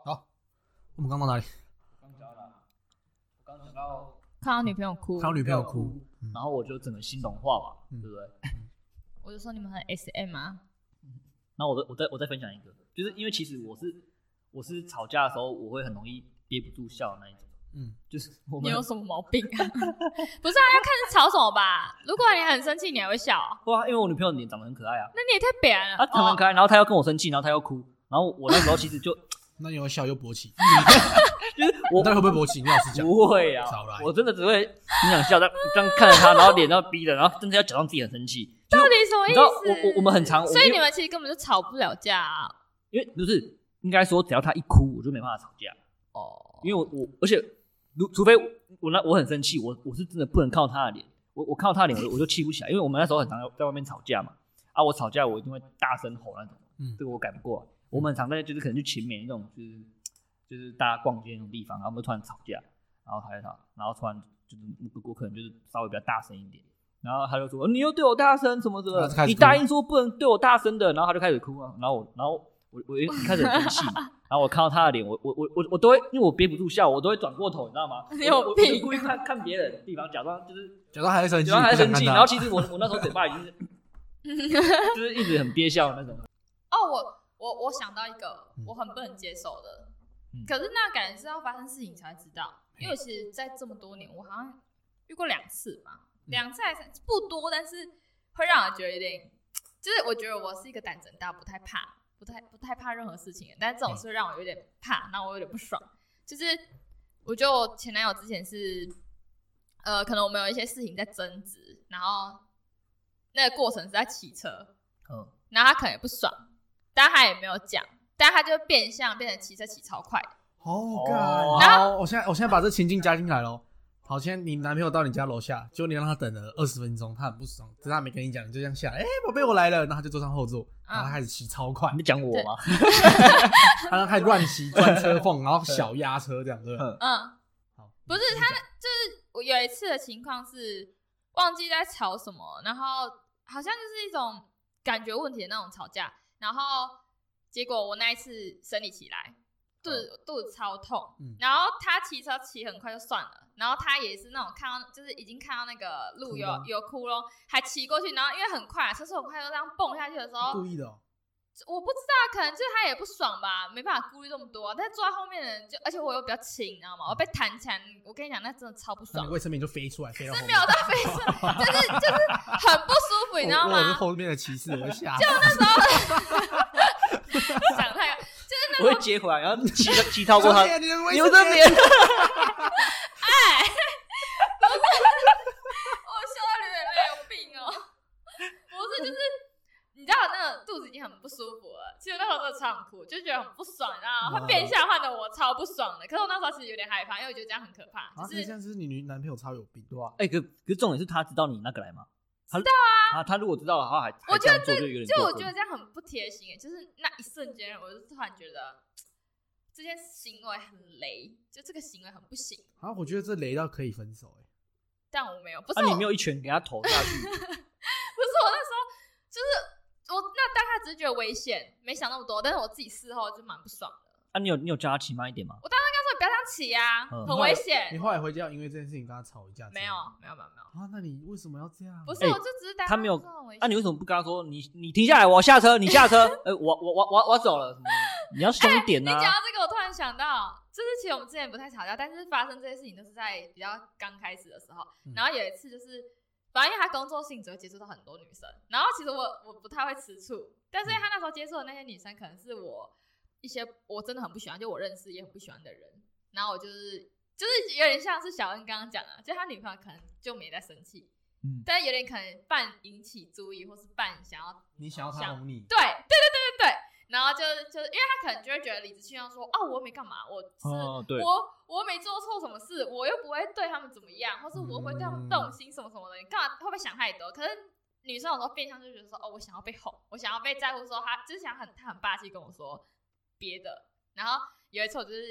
好，我们刚到哪里？看到女朋友哭看到女朋友哭，然后啊我就整个心融化嘛，嗯对不对？我就说你们很 S M 啊。然后我再我再我再分享一个，就是因为其实我是我是吵架的时候，我会很容易憋不住笑的那一种，嗯，就是我你们有什么毛病啊？ 不是啊，要看是吵什么吧。如果你很生气，你还会笑，啊哇，因为我女朋友脸长得很可爱啊，那你也太扁了。他长得很哦可爱，然后他要跟我生气，然后他要哭，然后我那时候其实就那你有笑又勃 起，我你到底会不会勃起？你老 实讲，不会啊少来，我真的只会很想笑，但这样看着他，然后脸要逼着，然后真的要假装自己很生气。就到是底什么你意知道，思？我我我们很常，我所以你们其实根本就吵不了架啊。因为因为不是应该说，只要他一哭，我就没办法吵架，哦，因为我我而且如除非我那我很生气，我我是真的不能靠他的脸，我我靠他的脸我就我就气不起来，因为我们那时候很常在外面吵架嘛，啊，我吵架我一定会大声吼那种，嗯这个我改不过来。我们很常在就是可能去勤美那种，就是就是大家逛街那种地方，然后我们突然吵架，然后吵一吵，然后突然就是我我可能就是稍微比较大声一点，然后他就说你又对我大声什么什他就开么，始你哭答应说不能对我大声的，然后他就开始哭啊，然后我然后我我一开始很生气嘛，然后我看到他的脸，我我我我我都会因为我憋不住笑，我都会转过头，你知道吗？ 你有我我病啊我就故意看看别人的地方，假装就是假装还在生气，然后还生气，不想看他然后其实我我那时候嘴巴已经是 就是一直很憋笑的那种。哦，我我我想到一个嗯我很不能接受的，嗯可是那感觉是要发生事情才知道，因为其实，在这么多年，我好像遇过两次吧，嗯两次还是不多，但是会让人觉得有点，就是我觉得我是一个胆子很大，不太怕，不太不太怕任何事情的，但是嗯这种事会让我有点怕，那我有点不爽。就是我觉得我前男友之前是，呃，可能我们有一些事情在争执，然后那个过程是在骑车，嗯，然后他可能也不爽，但他也没有讲，但他就变相变成骑车骑超快的，哦，哦干好，我现在我现在把这情境加进来咯。好，现在你男朋友到你家楼下，结果你让他等了二十分钟，他很不爽，只是他没跟你讲，你就这样下来，哎、宝贝，我来了，然后他就坐上后座，然后他开始骑超快你，在讲我吗？他让他开始乱 骑钻车缝，然后小压车这样，对不对？嗯嗯，好，不是他就是我有一次的情况是忘记在吵什么，然后好像就是一种感觉问题的那种吵架，然后结果我那一次生理起来，肚子肚子超痛，嗯然后他骑车骑很快就算了，然后他也是那种看到就是已经看到那个路哭有吗有哭咯，还骑过去，然后因为很快车速很快就这样蹦下去的时候，故意的、哦，我不知道，可能就是他也不爽吧，没办法顾虑这么多。啊但是坐在后面的人就，而且我又比较轻，你知道吗？我被弹起来，嗯我跟你讲，那真的超不那爽你，卫生棉就飞出来，飞到后是面没有到飞身，就是就是很不舒服，你知道我我是吗？后面的骑士，我就吓，想太多，我会接回来，然后骑 骑超过他。小姐你的卫牛生这边，棉我哦笑到流眼泪，有病哦！不是，就是你知道那个肚子已经很不舒服了，其实那时候真的超想哭，就觉得很不爽，你知道吗？会哦变相换的我超不爽的。可是我那时候其实有点害怕，因为我觉得这样很可怕，啊，就那是这样是你女男朋友超有病，对啊吧？ 哎，可可是重点是他知道你那个来吗？他知道啊。他如果知道的话，还我觉得还这样做就有点就过我分觉得这样很不贴心欸，就是那一瞬间，我就突然觉得这件行为很雷，就这个行为很不行。啊，我觉得这雷到可以分手、哎，但我没有，不是啊，我，你没有一拳给他投下 去，不是我那时候，就是我那当下只是觉得危险，没想那么多。但是我自己事后就蛮不爽的。啊，你有你有叫他骑慢一点吗？但是我不要这样骑啊，嗯很危险你。后来回家有因为这件事情跟他吵一架，没有，没有，没有，没有，啊？那你为什么要这样？啊欸不是，哎我就只是单他没有啊，你为什么？么不跟他说你你停下来，我要下车，你下 车，呃，我我我我我走了，什么你要凶一点哎你呐讲。到这个，我突然想到，就是其实我们之前不太吵架，但是发生这些事情都是在比较刚开始的时候。嗯然后有一次就是，反正因为他工作性质会接触到很多女生，然后其实我我不太会吃醋，但是因为他那时候接触的那些女生，可能是我一些我真的很不喜欢，就我认识也很不喜欢的人。然后我就是就是有点像是小恩刚刚讲的，就他女朋友可能就没在生气，嗯但有点可能半引起注意，或是半想要你想要他想哄你，对对对对对对。然后就是就是，因为他可能就会觉得理直气壮说，哦，我又没干嘛，我是、哦，对，我我没做错什么事，我又不会对他们怎么样，或是我又不会对他嗯们动心什么什么的，你干嘛会不会想太多？可是女生有时候变相就觉得说，哦，我想要被哄，我想要被在乎，说他就是想很他很霸气跟我说别的。然后有一次我就是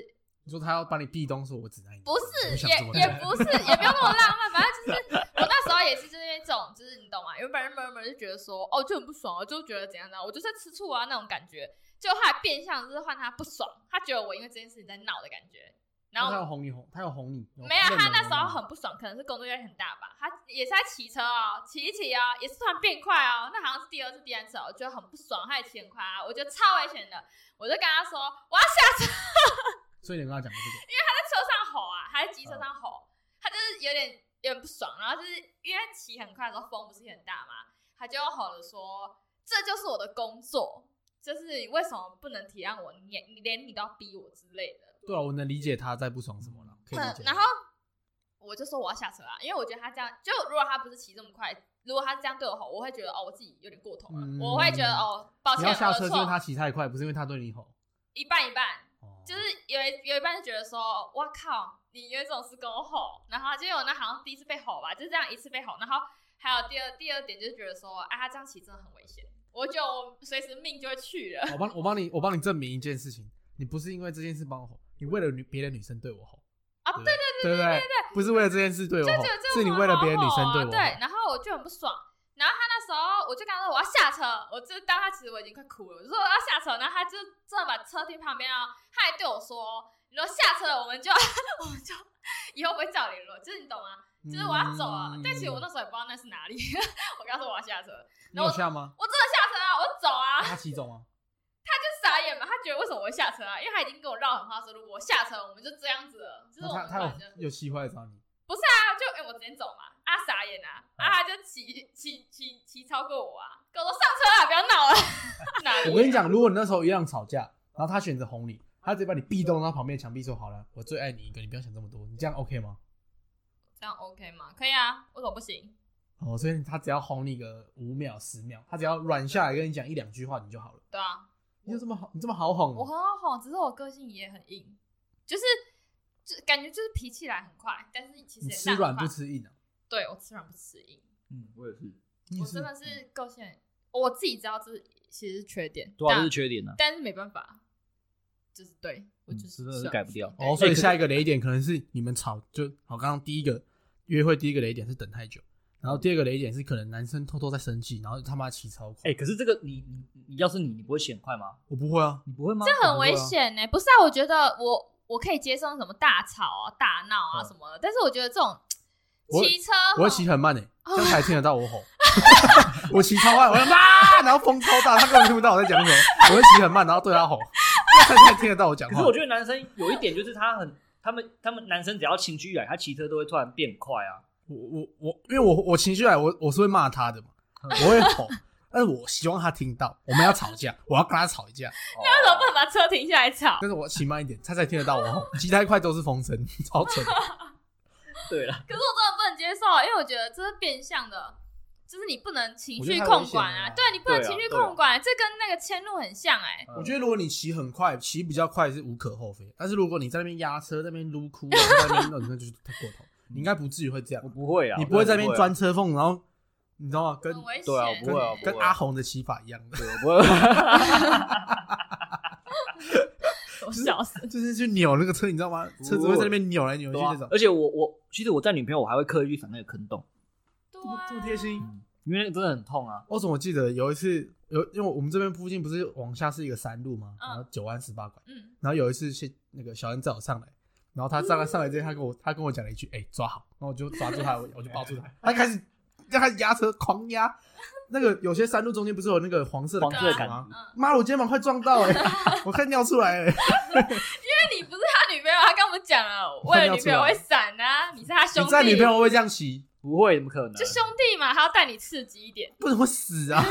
你说他要把你壁咚，说我只爱你，不我是想也这么也干不是 也不用那么浪漫，反正就是我那时候也是就是那种就是你懂吗？原本 murmur 就觉得说哦就很不爽，我就觉得怎样怎样，我就在吃醋啊那种感觉。就后来变相就是换他不爽，他觉得我因为这件事情在闹的感觉。然后他有哄你哄，他有哄你，没有，他那时候很很不爽，可能是工作压力很大吧。他也是在骑车哦，骑一骑哦，也是突然变快哦。那好像是第二次、第三次哦，我觉得很不爽，他也骑很快啊，我觉得超危险的。我就跟他说，我要下车，所以你有跟他讲过这他在车上吼啊，还在机车上吼，嗯他就是有点有点不爽，然后就是因为他骑很快的时候风不是也很大嘛，他就吼了说，这就是我的工作，就是你为什么不能体谅我，你也你连你都要逼我之类的。个。对啊，我能理解他在不爽什么了，可以理解嗯。。然后我就说我要下车啊，因为我觉得他这样，就如果他不是骑这么快，如果他这样对我吼，我会觉得哦，我自己有点过头了，嗯我会觉得哦，抱你歉，要我下的车是因为错他，骑太快，不是因为他对你吼。一半一半，哦就是有一有一半就觉得说，哇靠，你有一种是跟我吼，然后就有那好像第一次被吼吧，就这样一次被吼，然后还有第二第二点就是觉得说，啊，他这样骑真的很危险，我就随时命就会去了。我帮我帮你，我帮你证明一件事情，你不是因为这件事帮我吼，你为了女别的女生对我吼啊对对对对对，不是为了这件事对我就吼觉得这，是你为了别的女生对对我吼。对，然后我就很不爽。然后他那时候我就跟他说我要下车，我就当他其实我已经快哭了，我就说我要下车，然后他就真的把车停旁边啊，他还对我说：“你说下车了我们就 我们就以后不会再联络，就是你懂吗？就是我要走了。嗯但其实我那时候也不知道那是哪里， 我跟他说我要下车，你有下吗？我真的下车啊，我走啊，他骑走吗？就傻眼嘛。他觉得为什么我会下车啊？因为他已经跟我绕很话说，如果我下车我们就这样子了， 就是那我他们他反正有有气坏找你？啊，就哎、欸我直接走嘛，啊傻眼啊，啊他就骑骑骑骑超过我啊，跟我说上车啊， 不要闹了，哪里啊我跟你，讲，如果你那时候一样吵架，然后他选择哄你，他直接把你壁咚到旁边的墙壁说：“好了，我最爱你一个，你不要想这么多。”你这样 OK 吗？这样 OK 吗？可以啊，为什么不行？哦，所以他只要哄你个五秒、十秒，他只要软下来跟你讲一两句话，你就好了。对啊，你有这么好，你这么好哄我哦、很好哄，只是我个性也很硬，就是就感觉就是脾气来很快，但是其实你也吃烂软得不快，吃硬啊！对我吃软不吃硬，嗯，我也是，你也我是真的是个性很，我自己知道这是其实是缺点，对啊，这但是缺点呢。但是没办法，就是对我就嗯是真的是算改不掉对哦，所欸以可是下一个雷点可能是你们吵就好。刚刚第一个约会第一个雷点是等太久，然后第二个雷点是可能男生偷偷在生气，然后他妈骑超快。哎，可是这个你你你要是你，你不会显快吗？我不会啊，你不会吗？这很危险呢、不是啊，我觉得我我可以接受什么大吵啊、大闹啊嗯什么的，但是我觉得这种我骑车，我会骑很慢诶、欸哦这样才听得到我吼。 我骑超快，我要啊，然后风超大，他根本听不到我在讲什么。我会骑很慢，然后对他吼，这样才听得到我讲可话。是我觉得男生有一点就是他很，他们他们男生只要情绪一来，他骑车都会突然变快 啊。我我我，因为我我情绪来，我我是会骂他的嘛，我会吼，但是我希望他听到，我们要吵架，我要跟他吵一架，为什么不能把车停下来吵？但是我骑慢一点，他才听得到我吼， 骑太快都是风声，超蠢。哦对了，可是我真的不能接受，啊因为我觉得这是变相的，就是你不能情绪控管啊，我觉得对太危险了啊你不能对啊情绪控管，这跟那个迁怒很像哎、我觉得如果你骑很快，骑比较快是无可厚非，但是如果你在那边压车，在那边撸哭，然后在那边那那就是太过 头，你应该不至于会这样我，不会啊，你不会在那我边啊钻，车缝，然后你知道吗？跟很危险。对啊我不会 啊跟跟阿红的骑法一样的， 对啊我不会。我笑死。就是去扭那个车，你知道吗？车子会在那边扭来扭去对啊 那种，而且我我其实我带女朋友，我还会刻意去反那个坑洞，对这么啊这么贴心。因为那个真的很痛啊。我怎么记得有一次有，因为我们这边附近不是往下是一个山路吗？嗯然后九弯十八拐，嗯，然后有一次是那个小恩载我上来，然后他上来上来之前，他跟我他跟我讲了一句：“哎、抓好！”然后我就抓住他，我我就抱住他，他开始让他压车狂压。那个有些山路中间不是有那个黄色的黄色的杆感子吗？觉，嗯妈，我肩膀快撞到哎、 我快尿出来了、那你不是他女朋友，他跟我们讲了，为了女朋友会闪 啊，你是他兄你弟，在女朋友会不会这样骑？不会，怎么可能？就兄弟嘛，他要带你刺激一点。不能会死啊！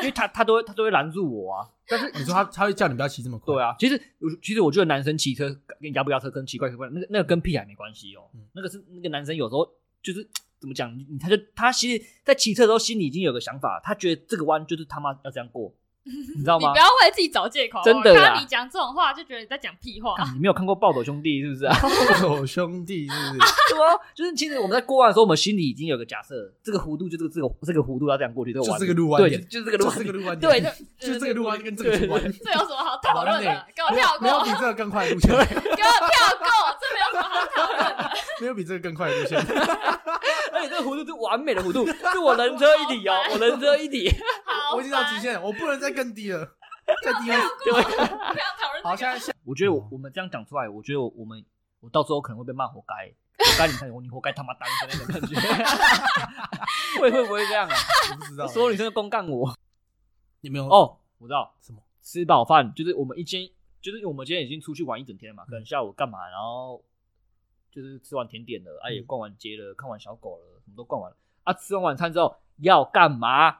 因 为他他都会他都会拦住我啊。但是你说他他会叫你不要骑这么快，对啊，啊，其实我其实我觉得男生骑车跟压不压车跟奇怪奇怪，那个那个跟屁孩没关系哦、嗯那个是那个男生有时候就是怎么讲，你他就他其实，在骑车的时候心里已经有个想法，他觉得这个弯就是他妈要这样 过，你知道你吗不？要为自己找借口。真的啦我看到你讲这种话，就觉得你在讲屁 话。啊干你没有看过《暴走兄弟》是不是啊？ 我哦兄弟是不是？对啊，就是其实我们在过弯的时候，我们心里已经有个假设，这个弧度就这个这个这个弧度要这样过去，这个就弯这个路弯对，点 就就这个路弯就 点是这个路弯点，对，就这这个路弯跟这个路弯，这有什么好讨论好了的？给我跳没有过，比给这个更快的路线，我跳过，这没有什么好讨论的。没有比这个更快的路线。而且这个弧度是完美的弧度，是我人车一 体哦，我人车一体。 好烦，我已经到极限了，我不能再更低 了，再低了。我不想讨论这个。好，现在下我觉得我哦我们这样讲出来，我觉得我我们我到最后可能会被骂活该，活该你看我你活该他妈单身那种感觉， 会会不会这样啊？我不知 道，所有女生都公干我你没有哦，我知道什么？吃饱饭就是我们一间，就是我们今天已经出去玩一整天了嘛，可能嗯下午干嘛，然后就是吃完甜点了，啊也嗯逛完街了，看完小狗了，什么都逛完了，啊吃完晚餐之后要干嘛？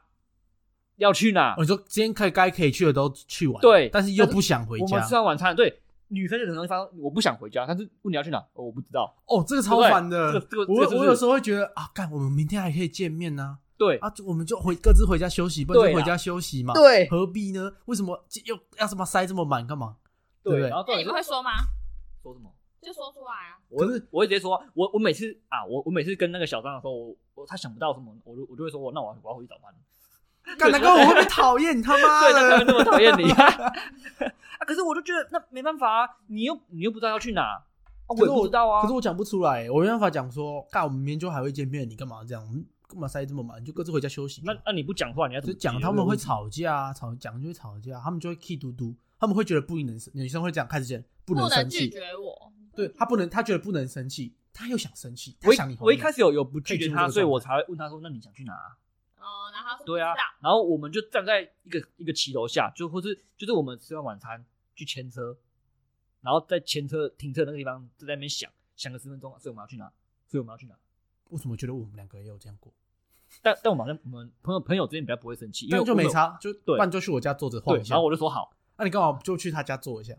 要去哪？哦，你说今天可以该可以去的都去玩，对但是又不想回我们家吃。完晚餐，对女生就很容易发生，我不想回家，但是问你要去哪，哦我不知道。哦，这个超烦的对不对这个。这个这我个是我有时候会觉得啊，干，我们明天还可以见面呢，对啊，就我们就回各自回家休息，不然对就啊回家休息嘛。对何必呢？为什么这又要什么塞这么满干嘛？对不对，对然后那重点哎你是们会说吗？说什么？就说出来啊。我可是我会直接说，我我每次啊，我我每次跟那个小张的时候，我我他想不到什么，我就我就会说，我那我要我要回去找班。干难怪我会被讨厌，你他妈 对，那他们的！那么讨厌你 啊？可是我就觉得那没办法啊，你又你又不知道要去哪，啊我哦可也是不我知道啊。可是我讲不出来，我没办法讲说，干我们明天就还会见面，你干嘛这样？我们干嘛塞这么满？你就各自回家休息。那那你不讲话，你要怎就么讲接他们会，吵架啊，吵讲就会吵架，他们就会气嘟嘟，他们会觉得不能生，女生会这样开始讲不不能能生拒气，绝我。对他不能，他觉得不能生气，他又想生气，他我一想你红我一了开始有有不拒可以绝进入他，这个所以状我态才会问他说：“那你想去哪啊？”哦，然后他说对啊不知道，然后我们就站在一个一个骑楼下，就或是就是我们吃完晚餐去牵车，然后在牵车停车那个地方就在那边想想个十分钟，啊所以我们要去哪？所以我们要去哪？为什么觉得我们两个也有这样过？但但我们好像我们朋友朋友之间比较不会生气，因但为就我们没差，就对不然就去我家坐着晃对一，下。然后我就说好，那、你干嘛就去他家坐一下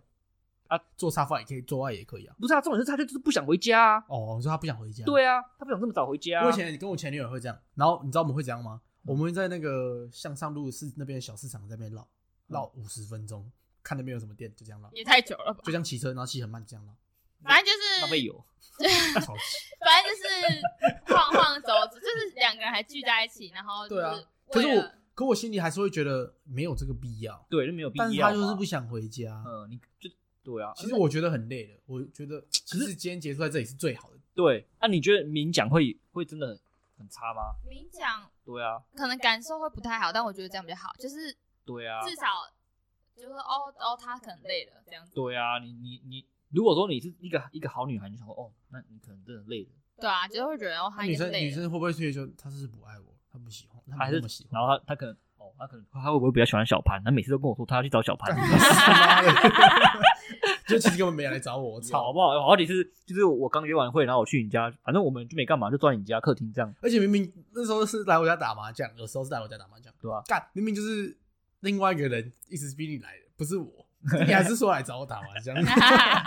啊？坐沙发也可以，坐爱也可以啊。不是啊，重点是他就就是不想回家啊，哦，你说他不想回家？对啊，他不想这么早回家、我啊以。前跟我前女友也会这样，然后你知道我们会怎样吗？嗯我们会在那个向上路市那边的小市场在那边绕绕五十分钟，看那边有什么店，就这样绕，也太久了吧。就像骑车，然后骑很慢，就这 样绕。反正就浪是费油，超级反正就是晃晃走走，就是两个人还聚在一起，然后就对啊是可是为我了，可我心里还是会觉得没有这个必要，对，就没有必要但嘛。是他就是不想回家。嗯，你就对啊。其实我觉得很累了，我觉得其是实今天结束在这里是最好的。对，那、你觉得明讲会会真的很差吗？明讲对啊，可能感受会不太好，但我觉得这样比较好，就是对啊，至少就是哦哦，他可能累了这样子。对啊，你你你，如果说你是一个一个好女孩，你就想说哦，那你可能真的累了，对啊，就会觉得哦，他女已经生累女了。生会不会退休？她是不是不爱我，她不喜欢，她还没是那么 喜欢。然后他他可能哦，他可能他会不会比较喜欢小潘？他每次都跟我说他要去找小 潘，妈的就其实根本没来找我，我啊吵好操！不好？有好几次就是我刚约完会，然后我去你家，反正我们就没干嘛，就坐在你家客厅这样，而且明明那时候是来我家打麻将，有时候是来我家打麻将，对吧、啊干明明就是另外一个人一直逼你来的，不 是我，你还是说来找我打麻将，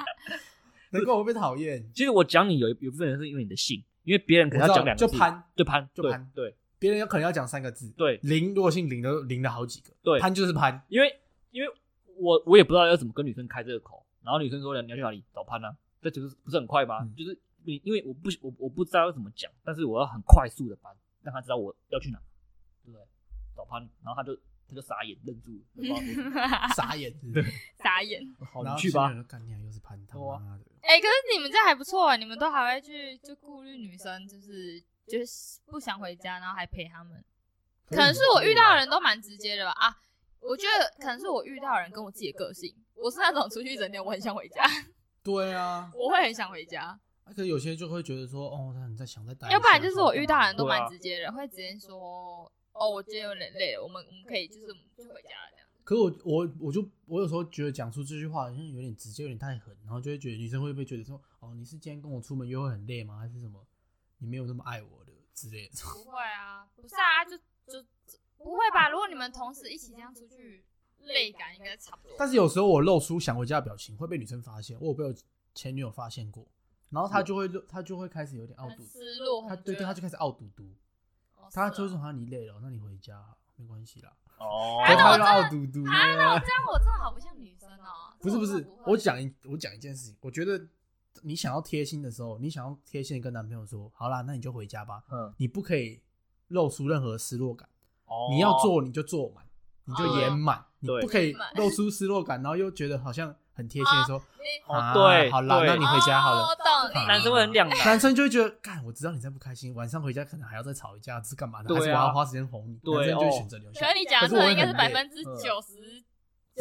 难怪我被讨厌。其实我讲你有一有一部分人是因为你的姓，因为别人可能我要讲知道两个就字，潘就潘，就对潘对别人有可能要讲三个字，对，林如果姓林的，林了好几个，对潘就是潘，因为因为我我也不知道要怎么跟女生开这个口，然后女生说你要去哪里找潘啊，这就是不是很快吗？嗯就是你因为我不我我不知道要怎么讲，但是我要很快速的把让他知道我要去哪，对不对？找潘，然后他就他就傻眼愣住了，不知道说什么傻眼，对 傻眼。好然你后去新吧人，就干你娘又是潘他对啊妈的，哎、可是你们这还不错哎，你们都还会去就顾虑女生，就是就是不想回家，然后还陪他们。可能是我遇到的人都蛮直接的吧啊，我觉得可能是我遇到的人跟我自己的个性，我是那种出去一整天我很想回家，对啊，我会很想回家。可是有些就会觉得说，哦，他很在想在待一下，要不然就是我遇到的人都对蛮啊直接的，会直接说哦，我今天有点累了，我们我们可以就是我们就回家了这样。可是我我我就我有时候觉得讲出这句话好像有点直接，有点太狠，然后就会觉得女生会不会觉得说，哦，你是今天跟我出门约会很累吗？还是什么？你没有那么爱我的之类的。不会啊，不是啊，就就不会吧？如果你们同时一起这样出去，累感应该差不多。但是有时候我露出想回家的表情会被女生发现，我有被我前女友发现过，然后她就会她就会开始有点懊很哦嘟，失落，她对对，她就开始懊嘟嘟，她就说啊你累了，那你回家啊没关系啦，哦，可是她我又真的懊嘟嘟。啊，那我 这样我真的好不像女生哦。不是不这是种话，我讲一我讲一件事情，我觉得你想要贴心的时候，你想要贴心的跟男朋友说，好啦，那你就回家吧，嗯，你不可以露出任何失落感，哦你要做你就做满，你就演满，你对不可以演满露出失落感，然后又觉得好像很贴心的说，你哦啊对好啦，对那你回家好哦了。我懂 啊你。男生会很两难男生就会觉得，干，我知道你在不开心，晚上回家可能还要再吵一架，是干嘛的？对啊还是我要花时间哄你？对男生就会哦选择留可下。啊是你讲的可这是我个会应该是很百累嗯分之九十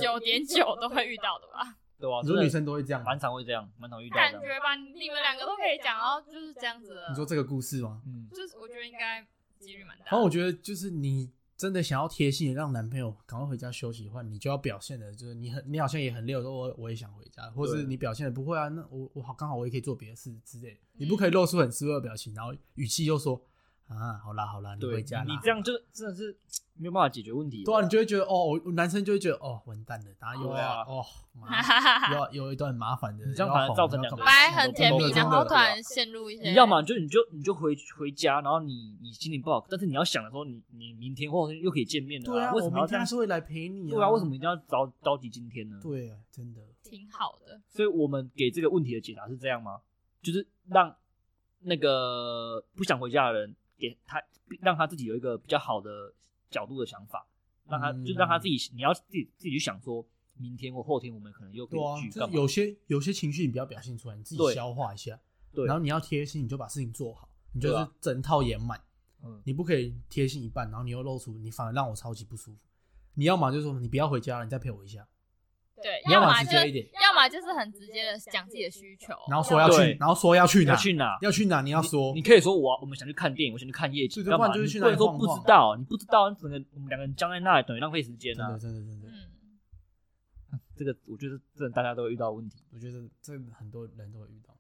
九点九都会遇到的吧？对吧？你真说的女生都会这样吗蛮？常会这样，蛮常遇到感的，啊觉吧，你们两个都可以讲，然后就是这样子了。你说这个故事吗？嗯，就是我觉得应该几率蛮大然后我觉得，就是你真的想要贴心的让男朋友赶快回家休息的话，你就要表现的，就是你很你好像也很累，我说我我也想回家，或是对你表现的不会啊，那我我好刚好我也可以做别的事之类的，你不可以露出很失落的表情，然后语气又说啊，好啦好啦，你对，回家啦。你这样就真的是没有办法解决问题，对啊，你就会觉得哦，我我男生就会觉得哦，完蛋了，然后又对啊要哦，妈，了。又要有一段很麻烦的，你这样又要反而造成哄又要两个 干本嘛来很甜蜜，真的然后真的突然陷入一些，你要么就你就你就回回家，然后你你心情不好，但是你要想的时候，你你明天或后天又可以见面了、对啊，为我什么明要这天样还？是会来陪你对啊，为什么一定要着着急今天呢？，对啊，真的，挺好的。所以我们给这个问题的解答是这样吗？就是让那个不想回家的人给他，让他自己有一个比较好的角度的想法，让他、嗯就让他自己，你要自己自己去想说，明天或后天我们可能又可对啊以，聚就干是嘛？有些有些情绪你不要表现出来，你自己对消化一下。对然后你要贴心，你就把事情做好，你就对是啊整套演满，嗯，你不可以贴心一半，然后你又露出，你反而让我超级不舒服。你要么就说你不要回家了，你再陪我一下，对，你要么么直就接一点，要么就是很直接的讲自己的需求，然后说要去对，然后说要去哪要，去哪？要去哪，你要说你可以说我我们想去看电影，我想去看夜景，对就干嘛？不然就是你去不能哪里说晃不晃啊知道，你不知道，整个我们两个人僵在那里，等于浪费时间真的啊。真的真的，嗯，这个我觉得真的大家都会遇到的问题。我觉得这很多人都会遇到。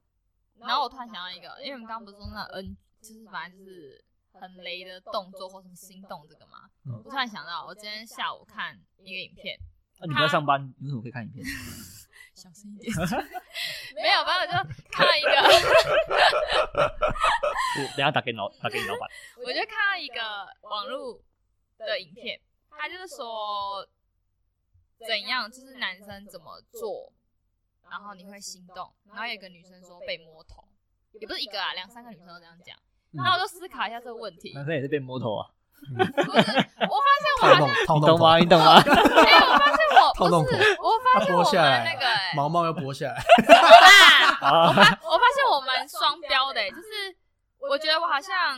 然后我突然想到一个，因为我们刚刚不是说那 N 就是反正就是很雷的动作或什么心动这个嘛，嗯我突然想到，我今天下午看一个影片，那、你不在上班，你为什么可以看影片？ 小 声一点，没有，反正我就看到一个， 我等一下打给老打给你老板。我就看到一个网络的影片，他就是说怎样，就是男生怎么做，然后你会心动，然后有一个女生说被摸头，也不是一个啊，两三个女生都这样讲，嗯那我就思考一下这个问题，男生也是被摸头啊，不是，我发现我套好弄像，套你弄懂吗？ 头，你懂吗？ 哎，我发现我套弄不头是，我发现我它剥下们来那个哎，毛毛要拨下来，啊啊，我发现我蛮双标的、欸就是我觉得我好像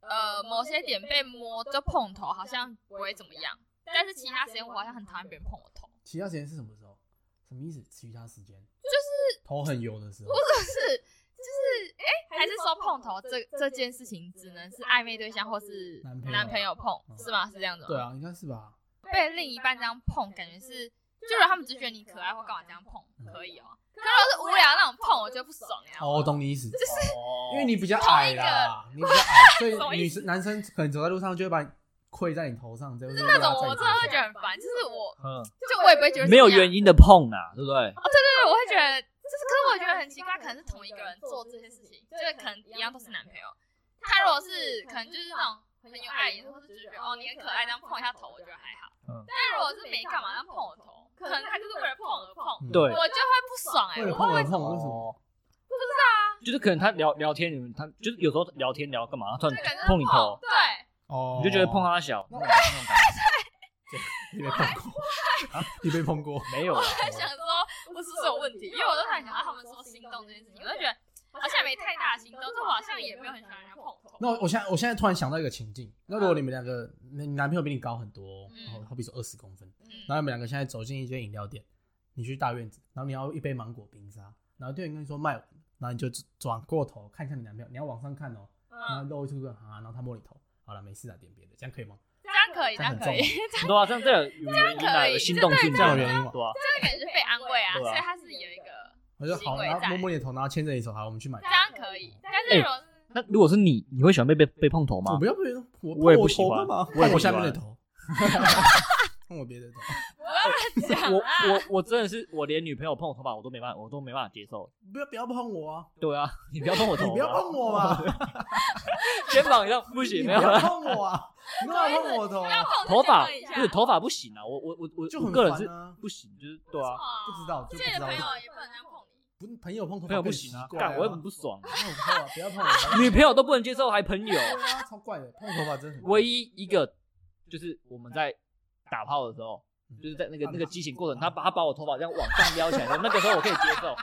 呃某些点被摸就碰头，好像不会怎么样，但是其他时间我好像很讨厌别人碰我头， 其他时间是什么时候？什么意思？其他时间就是头很油的时候，就是就是哎、还是说碰头这这件事情只能是暧昧对象或是男朋友男朋友碰嗯是吗？是这样子吗？对啊，应该是吧？被另一半这样碰，感觉是，就如果他们只是觉得你可爱或干嘛这样碰，嗯可以哦、可是如果是无聊那种碰，我觉得不爽啊呀、哦，我懂你意思， 因为你你比较矮啦，你比较矮，所 什么以女意思生男生可能走在路上就会把你跪在你头上，这样那种我真的会觉得很烦，就是我，嗯，就我也不会觉得没有因。原因的碰啊，对不对？对，我会觉得，就是可是我觉得很奇怪，可能是同一个人做这些事情，就是可能一样都是男朋友。他如果是可能就是那种很有爱意，或者是觉得哦你很可爱，这样碰一下头，我觉得还好。嗯但如果是没干嘛，这样碰我头，可能他就是为了碰而碰，嗯对我就会不爽哎、为了我碰会而碰，为什么？哦啊就是可能他聊聊天，你们他就是有时候聊天聊干嘛，他突就感觉然是碰你头，对，哦，你就觉得碰他 小，那种感你被碰过，啊你被碰过，觉没有啊，我想说不是这种问题，因为我都在想到他们说心动这件事情，我就觉得好像没太大心动，就我好像也没有很喜欢人家碰我头。那我我现在我现在突然想到一个情境，那如果你们两个，你男朋友比你高很多哦，嗯然后好比说二十公分，嗯然后你们两个现在走进一间饮料店，你去大院子，然后你要一杯芒果冰沙，然后店员跟你说卖完了，然后你就转过头看一下你男朋友，你要往上看哦，然后嗯，露出个啊，然后他摸你头，好了没事啊，点别的，这样可以吗？这样可以，这样很可重以吗。，对啊，这样这 样有原因啊，有心动性，这样有原因嘛对啊，这个感觉是被安慰啊，对啊所以他是有一个 我就好，行为然后在摸摸你的头，然后牵着你的手，好，我们去买这。样可以，但是如果是那如果是你，你会喜欢被被被碰头我吗不？要别人，我我也碰不喜头欢干嘛？我也碰不我喜下面的欢头，碰我别的头。不要乱我讲啊，我我真的是，我连女朋友碰我头发我都没办法，我都没办法接受。不要不要碰我啊！对啊，你不要碰我头，你不要碰我嘛！ 肩膀上不你行，不没有要啦，碰我啊！你干嘛碰我不头啊？要碰头发这个不是头发不行啊，我我我我就我很个人烦是啊！不行，就是对啊，不不知道就不自己的知道朋友也不能这样碰你，不是朋友碰头朋发友不更行啊，奇怪干我也很不爽，那我碰啊不要碰我！女朋友都不能接受，还朋友。对啊， 超怪的，碰头发真的很唯一一个就是我们在打炮的时候，嗯就是在那个那个激情过程，他把他把我头发这样往上撩起来的时候，那个时候我可以接受，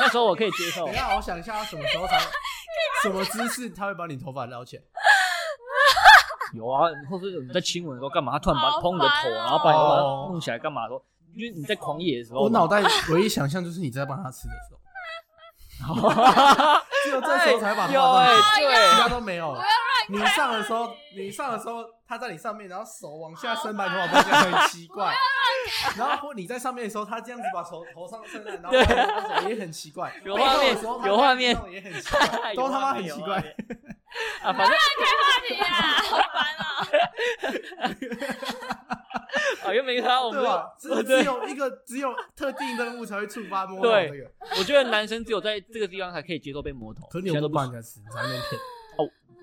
那时候我可以接受等一。下，我想一下，他什么时候才什么姿势他会把你头发撩起来？有啊，或者是你在亲吻的时候干嘛？他突然把好碰你的头，啊烦哦然后把你把它弄起来干嘛？说，因为你在狂野的时候嘛，我脑袋唯一想象就是你在帮他吃的时候，只有这时候才把哎头有发哎放起来，其他对，都没有不要。乱你上的时候，你上的时候，他在你上面，然后手往下伸，把头发放下啊来，很奇怪。然后或你在上面的时候，他这样子把头头上伸来，然后对把手也很奇怪。有画面背后的时候有画面他这样也很奇 怪。都他妈很奇怪哎啊！反正开话题啊，好烦啊！啊又没他，我们对吧？只我只对，有一个只有特定任务才会触发摸头对这个，我觉得男生只有在这个地方才可以接受被摸头，可你其有他都不不帮行。人家吃，你在那边骗。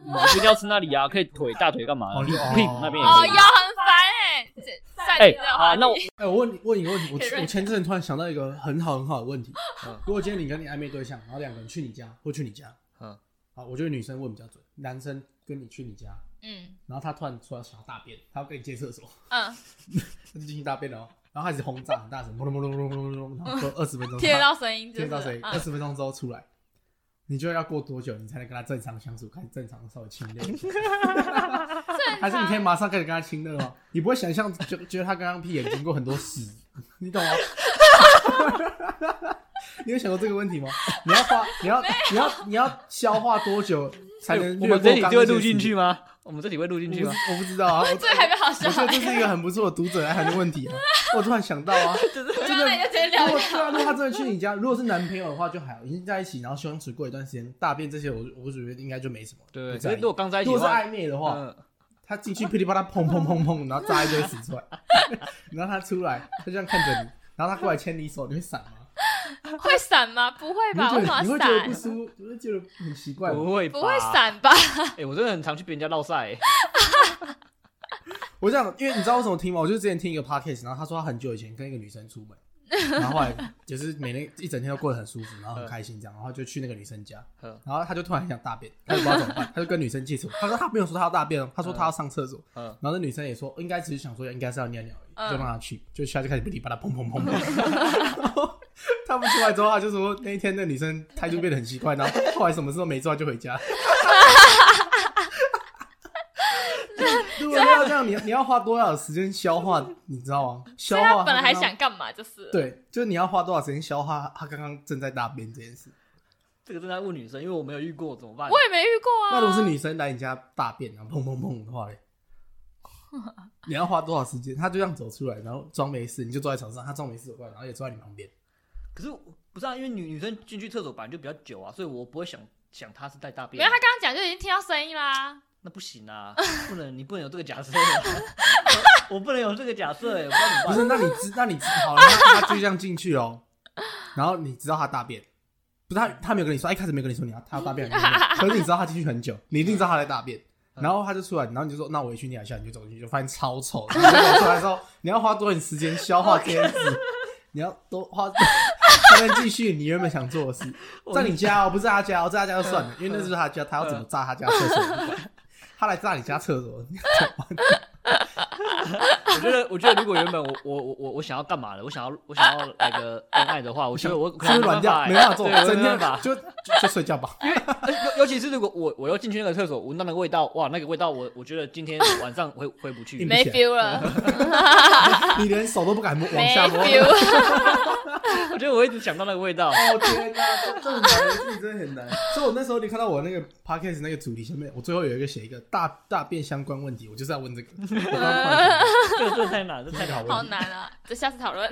我一定要吃那里啊，可以腿大腿干嘛哦的？你屁哦股那边也哦，可有以。很烦哎，哎暂停这个啊，话那我题，哎、我问你问你个问题，我也认我前阵子突然想到一个很好很好的问题嗯。如果今天你跟你暧昧对象，然后两个人去你家或去你家，嗯好，我觉得女生问比较准，男生跟你去你家，嗯然后他突然说他想要大便，他要跟你借厕所，嗯，他就进去大便了哦，然后开始轰炸很大声，砰隆砰隆砰隆砰隆砰隆，然后二十分钟 听得到声音就听是到谁？嗯二十分钟之后出来，你就要过多久你才能跟他正常相处，开始正常稍微亲热一下？正还是你可以常。马上开始跟他亲热哦？你不会想象觉觉得他刚刚屁眼经过很多屎， 你懂吗？你有想过这个问题吗？你要花，你要你要你要消化多久才能我略过们这里刚就会那些录进屎去吗？我们这里会录进去我吗不？我不知道啊，我这个还没好我笑，觉得这是一个很不错的读者来函的问题啊！我突然想到啊，刚刚那你就直接如聊果对啊，如果他真的去你家，如果是男朋友的话就还好，已经在一起，然后相处过一段时间，大便这些我我觉得应该就没什么。对，不可在哦是如意果刚在一如起果的是话，暧昧的话，嗯，他进去噼里啪啦砰砰砰砰，然后炸一堆屎出来， 然后他出来，他就这样看着你，然后他过来牵你手，你会闪吗？会闪吗？不会你吧，会我觉得马你会觉得闪不，舒服，你会觉得很奇怪吗。不会吧不会。闪吧？哎，我真的很常去别人家闹赛， 我这样，因为你知道为什么听吗？我就之前听一个 podcast，然后他说他很久以前跟一个女生出门，然后后 来就是每天一整天都过得很舒服，然后嗯很开心这样，然后就去那个女生家，嗯然后他就突然很想大便，他就不知道怎么办，他就跟女生借厕所，他说他没有说他要大便哦，他说他要上厕所，嗯然后那女生也说应该只是想说应该是要尿尿而嗯已，就让他去，就下就开始不理，把他砰 砰砰砰。 然后他们出来之后，他就说那一天那女生态度变得很奇怪，然后后来什么事都没做就 回家。如果要这样，你你要花多少时间消化？你知道吗？消所以化他本来还刚刚想干嘛，就是了对，就是你要花多少时间消化他刚刚正在大便这件事。这个正在问女生，因为我没有遇过，怎么办？我也没遇过啊。那如果是女生来你家大便，然后砰砰砰的话嘞，你要花多少时间？她就这样走出来，然后装没事，你就坐在床上，她装没事走过来，然后也坐在你旁边。可是我不是啊，因为女女生进去厕所本来就比较久啊，所以我不会想想她是带大便没有，。他刚刚讲就已经听到声音啦。那不行啊，不能你不能有这个假设、啊 我，我不能有这个假设、欸，我不知道怎么不办。是，那你知那你知好了，那她就这样进去哦，然后你知道她大便，不是她她没有跟你说，她一开始没有跟你说你要她要大便，你没有可是你知道她进去很久，你一定知道她在大便。嗯然后她就出来，然后你就说：“那我也去尿一下。”你就走进去，就发现超臭。然后你就走出来之后，你要花多点时间消化这件事，你要多花才能继续你原本想做的事。我嗯在你家哦，不是他家哦，在他家就算了，因为那是他家，他要怎么炸他家厕所我不管，他来炸你家厕 所，你怎么办我觉得，我 觉得如果原本我我我我我想要干嘛的，我想要我想要来个恩爱 的话，我觉得我可是能不是软掉？没办法欸办法做，对我整没办天法。呃就就就睡觉吧。 尤尤其是如果我我又进去那个厕所，闻到那个味道，哇，那个味道我我觉得今天晚上回回不去 你。没不行 feel 了，你连手都不敢摸， 往没下摸。 feel，我觉得我一直想到那个味道。 哦天哪，这这种难题真的很难。所以我那时候你看到我那个 podcast 那个主题前面，我最后有一个写一个大大便相关问题，我就是要问这个。我刚刚突然想到这个这个太 难，这个太难。好难啊！这下次讨论。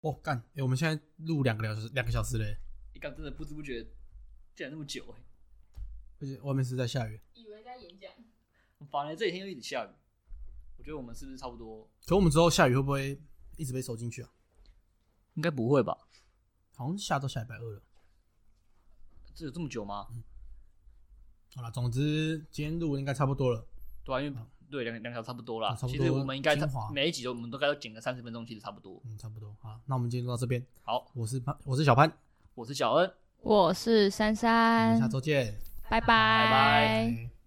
哦干、欸我们现在录两个小时，两个小时嘞，你刚真的不知不觉竟然那么久哎、而且外面是在下雨。以为在演讲，反而这几天又一直下雨。我觉得我们是不是差不多？可我们之后下雨会不会一直被收进去啊？应该不会吧？好像下到下礼拜二了。这有这么久吗？好了，总之今天录应该差不多了。对啊，因为对两两条差不多啦嗯啊。差不其多实我们应该精华每一集都我们都该要剪个三十分钟，其实差不多。嗯，差不多。好，那我们今天就到这边。好，我是潘，我是小潘，我是小恩，我是珊我们珊下，周见，拜拜拜拜。哦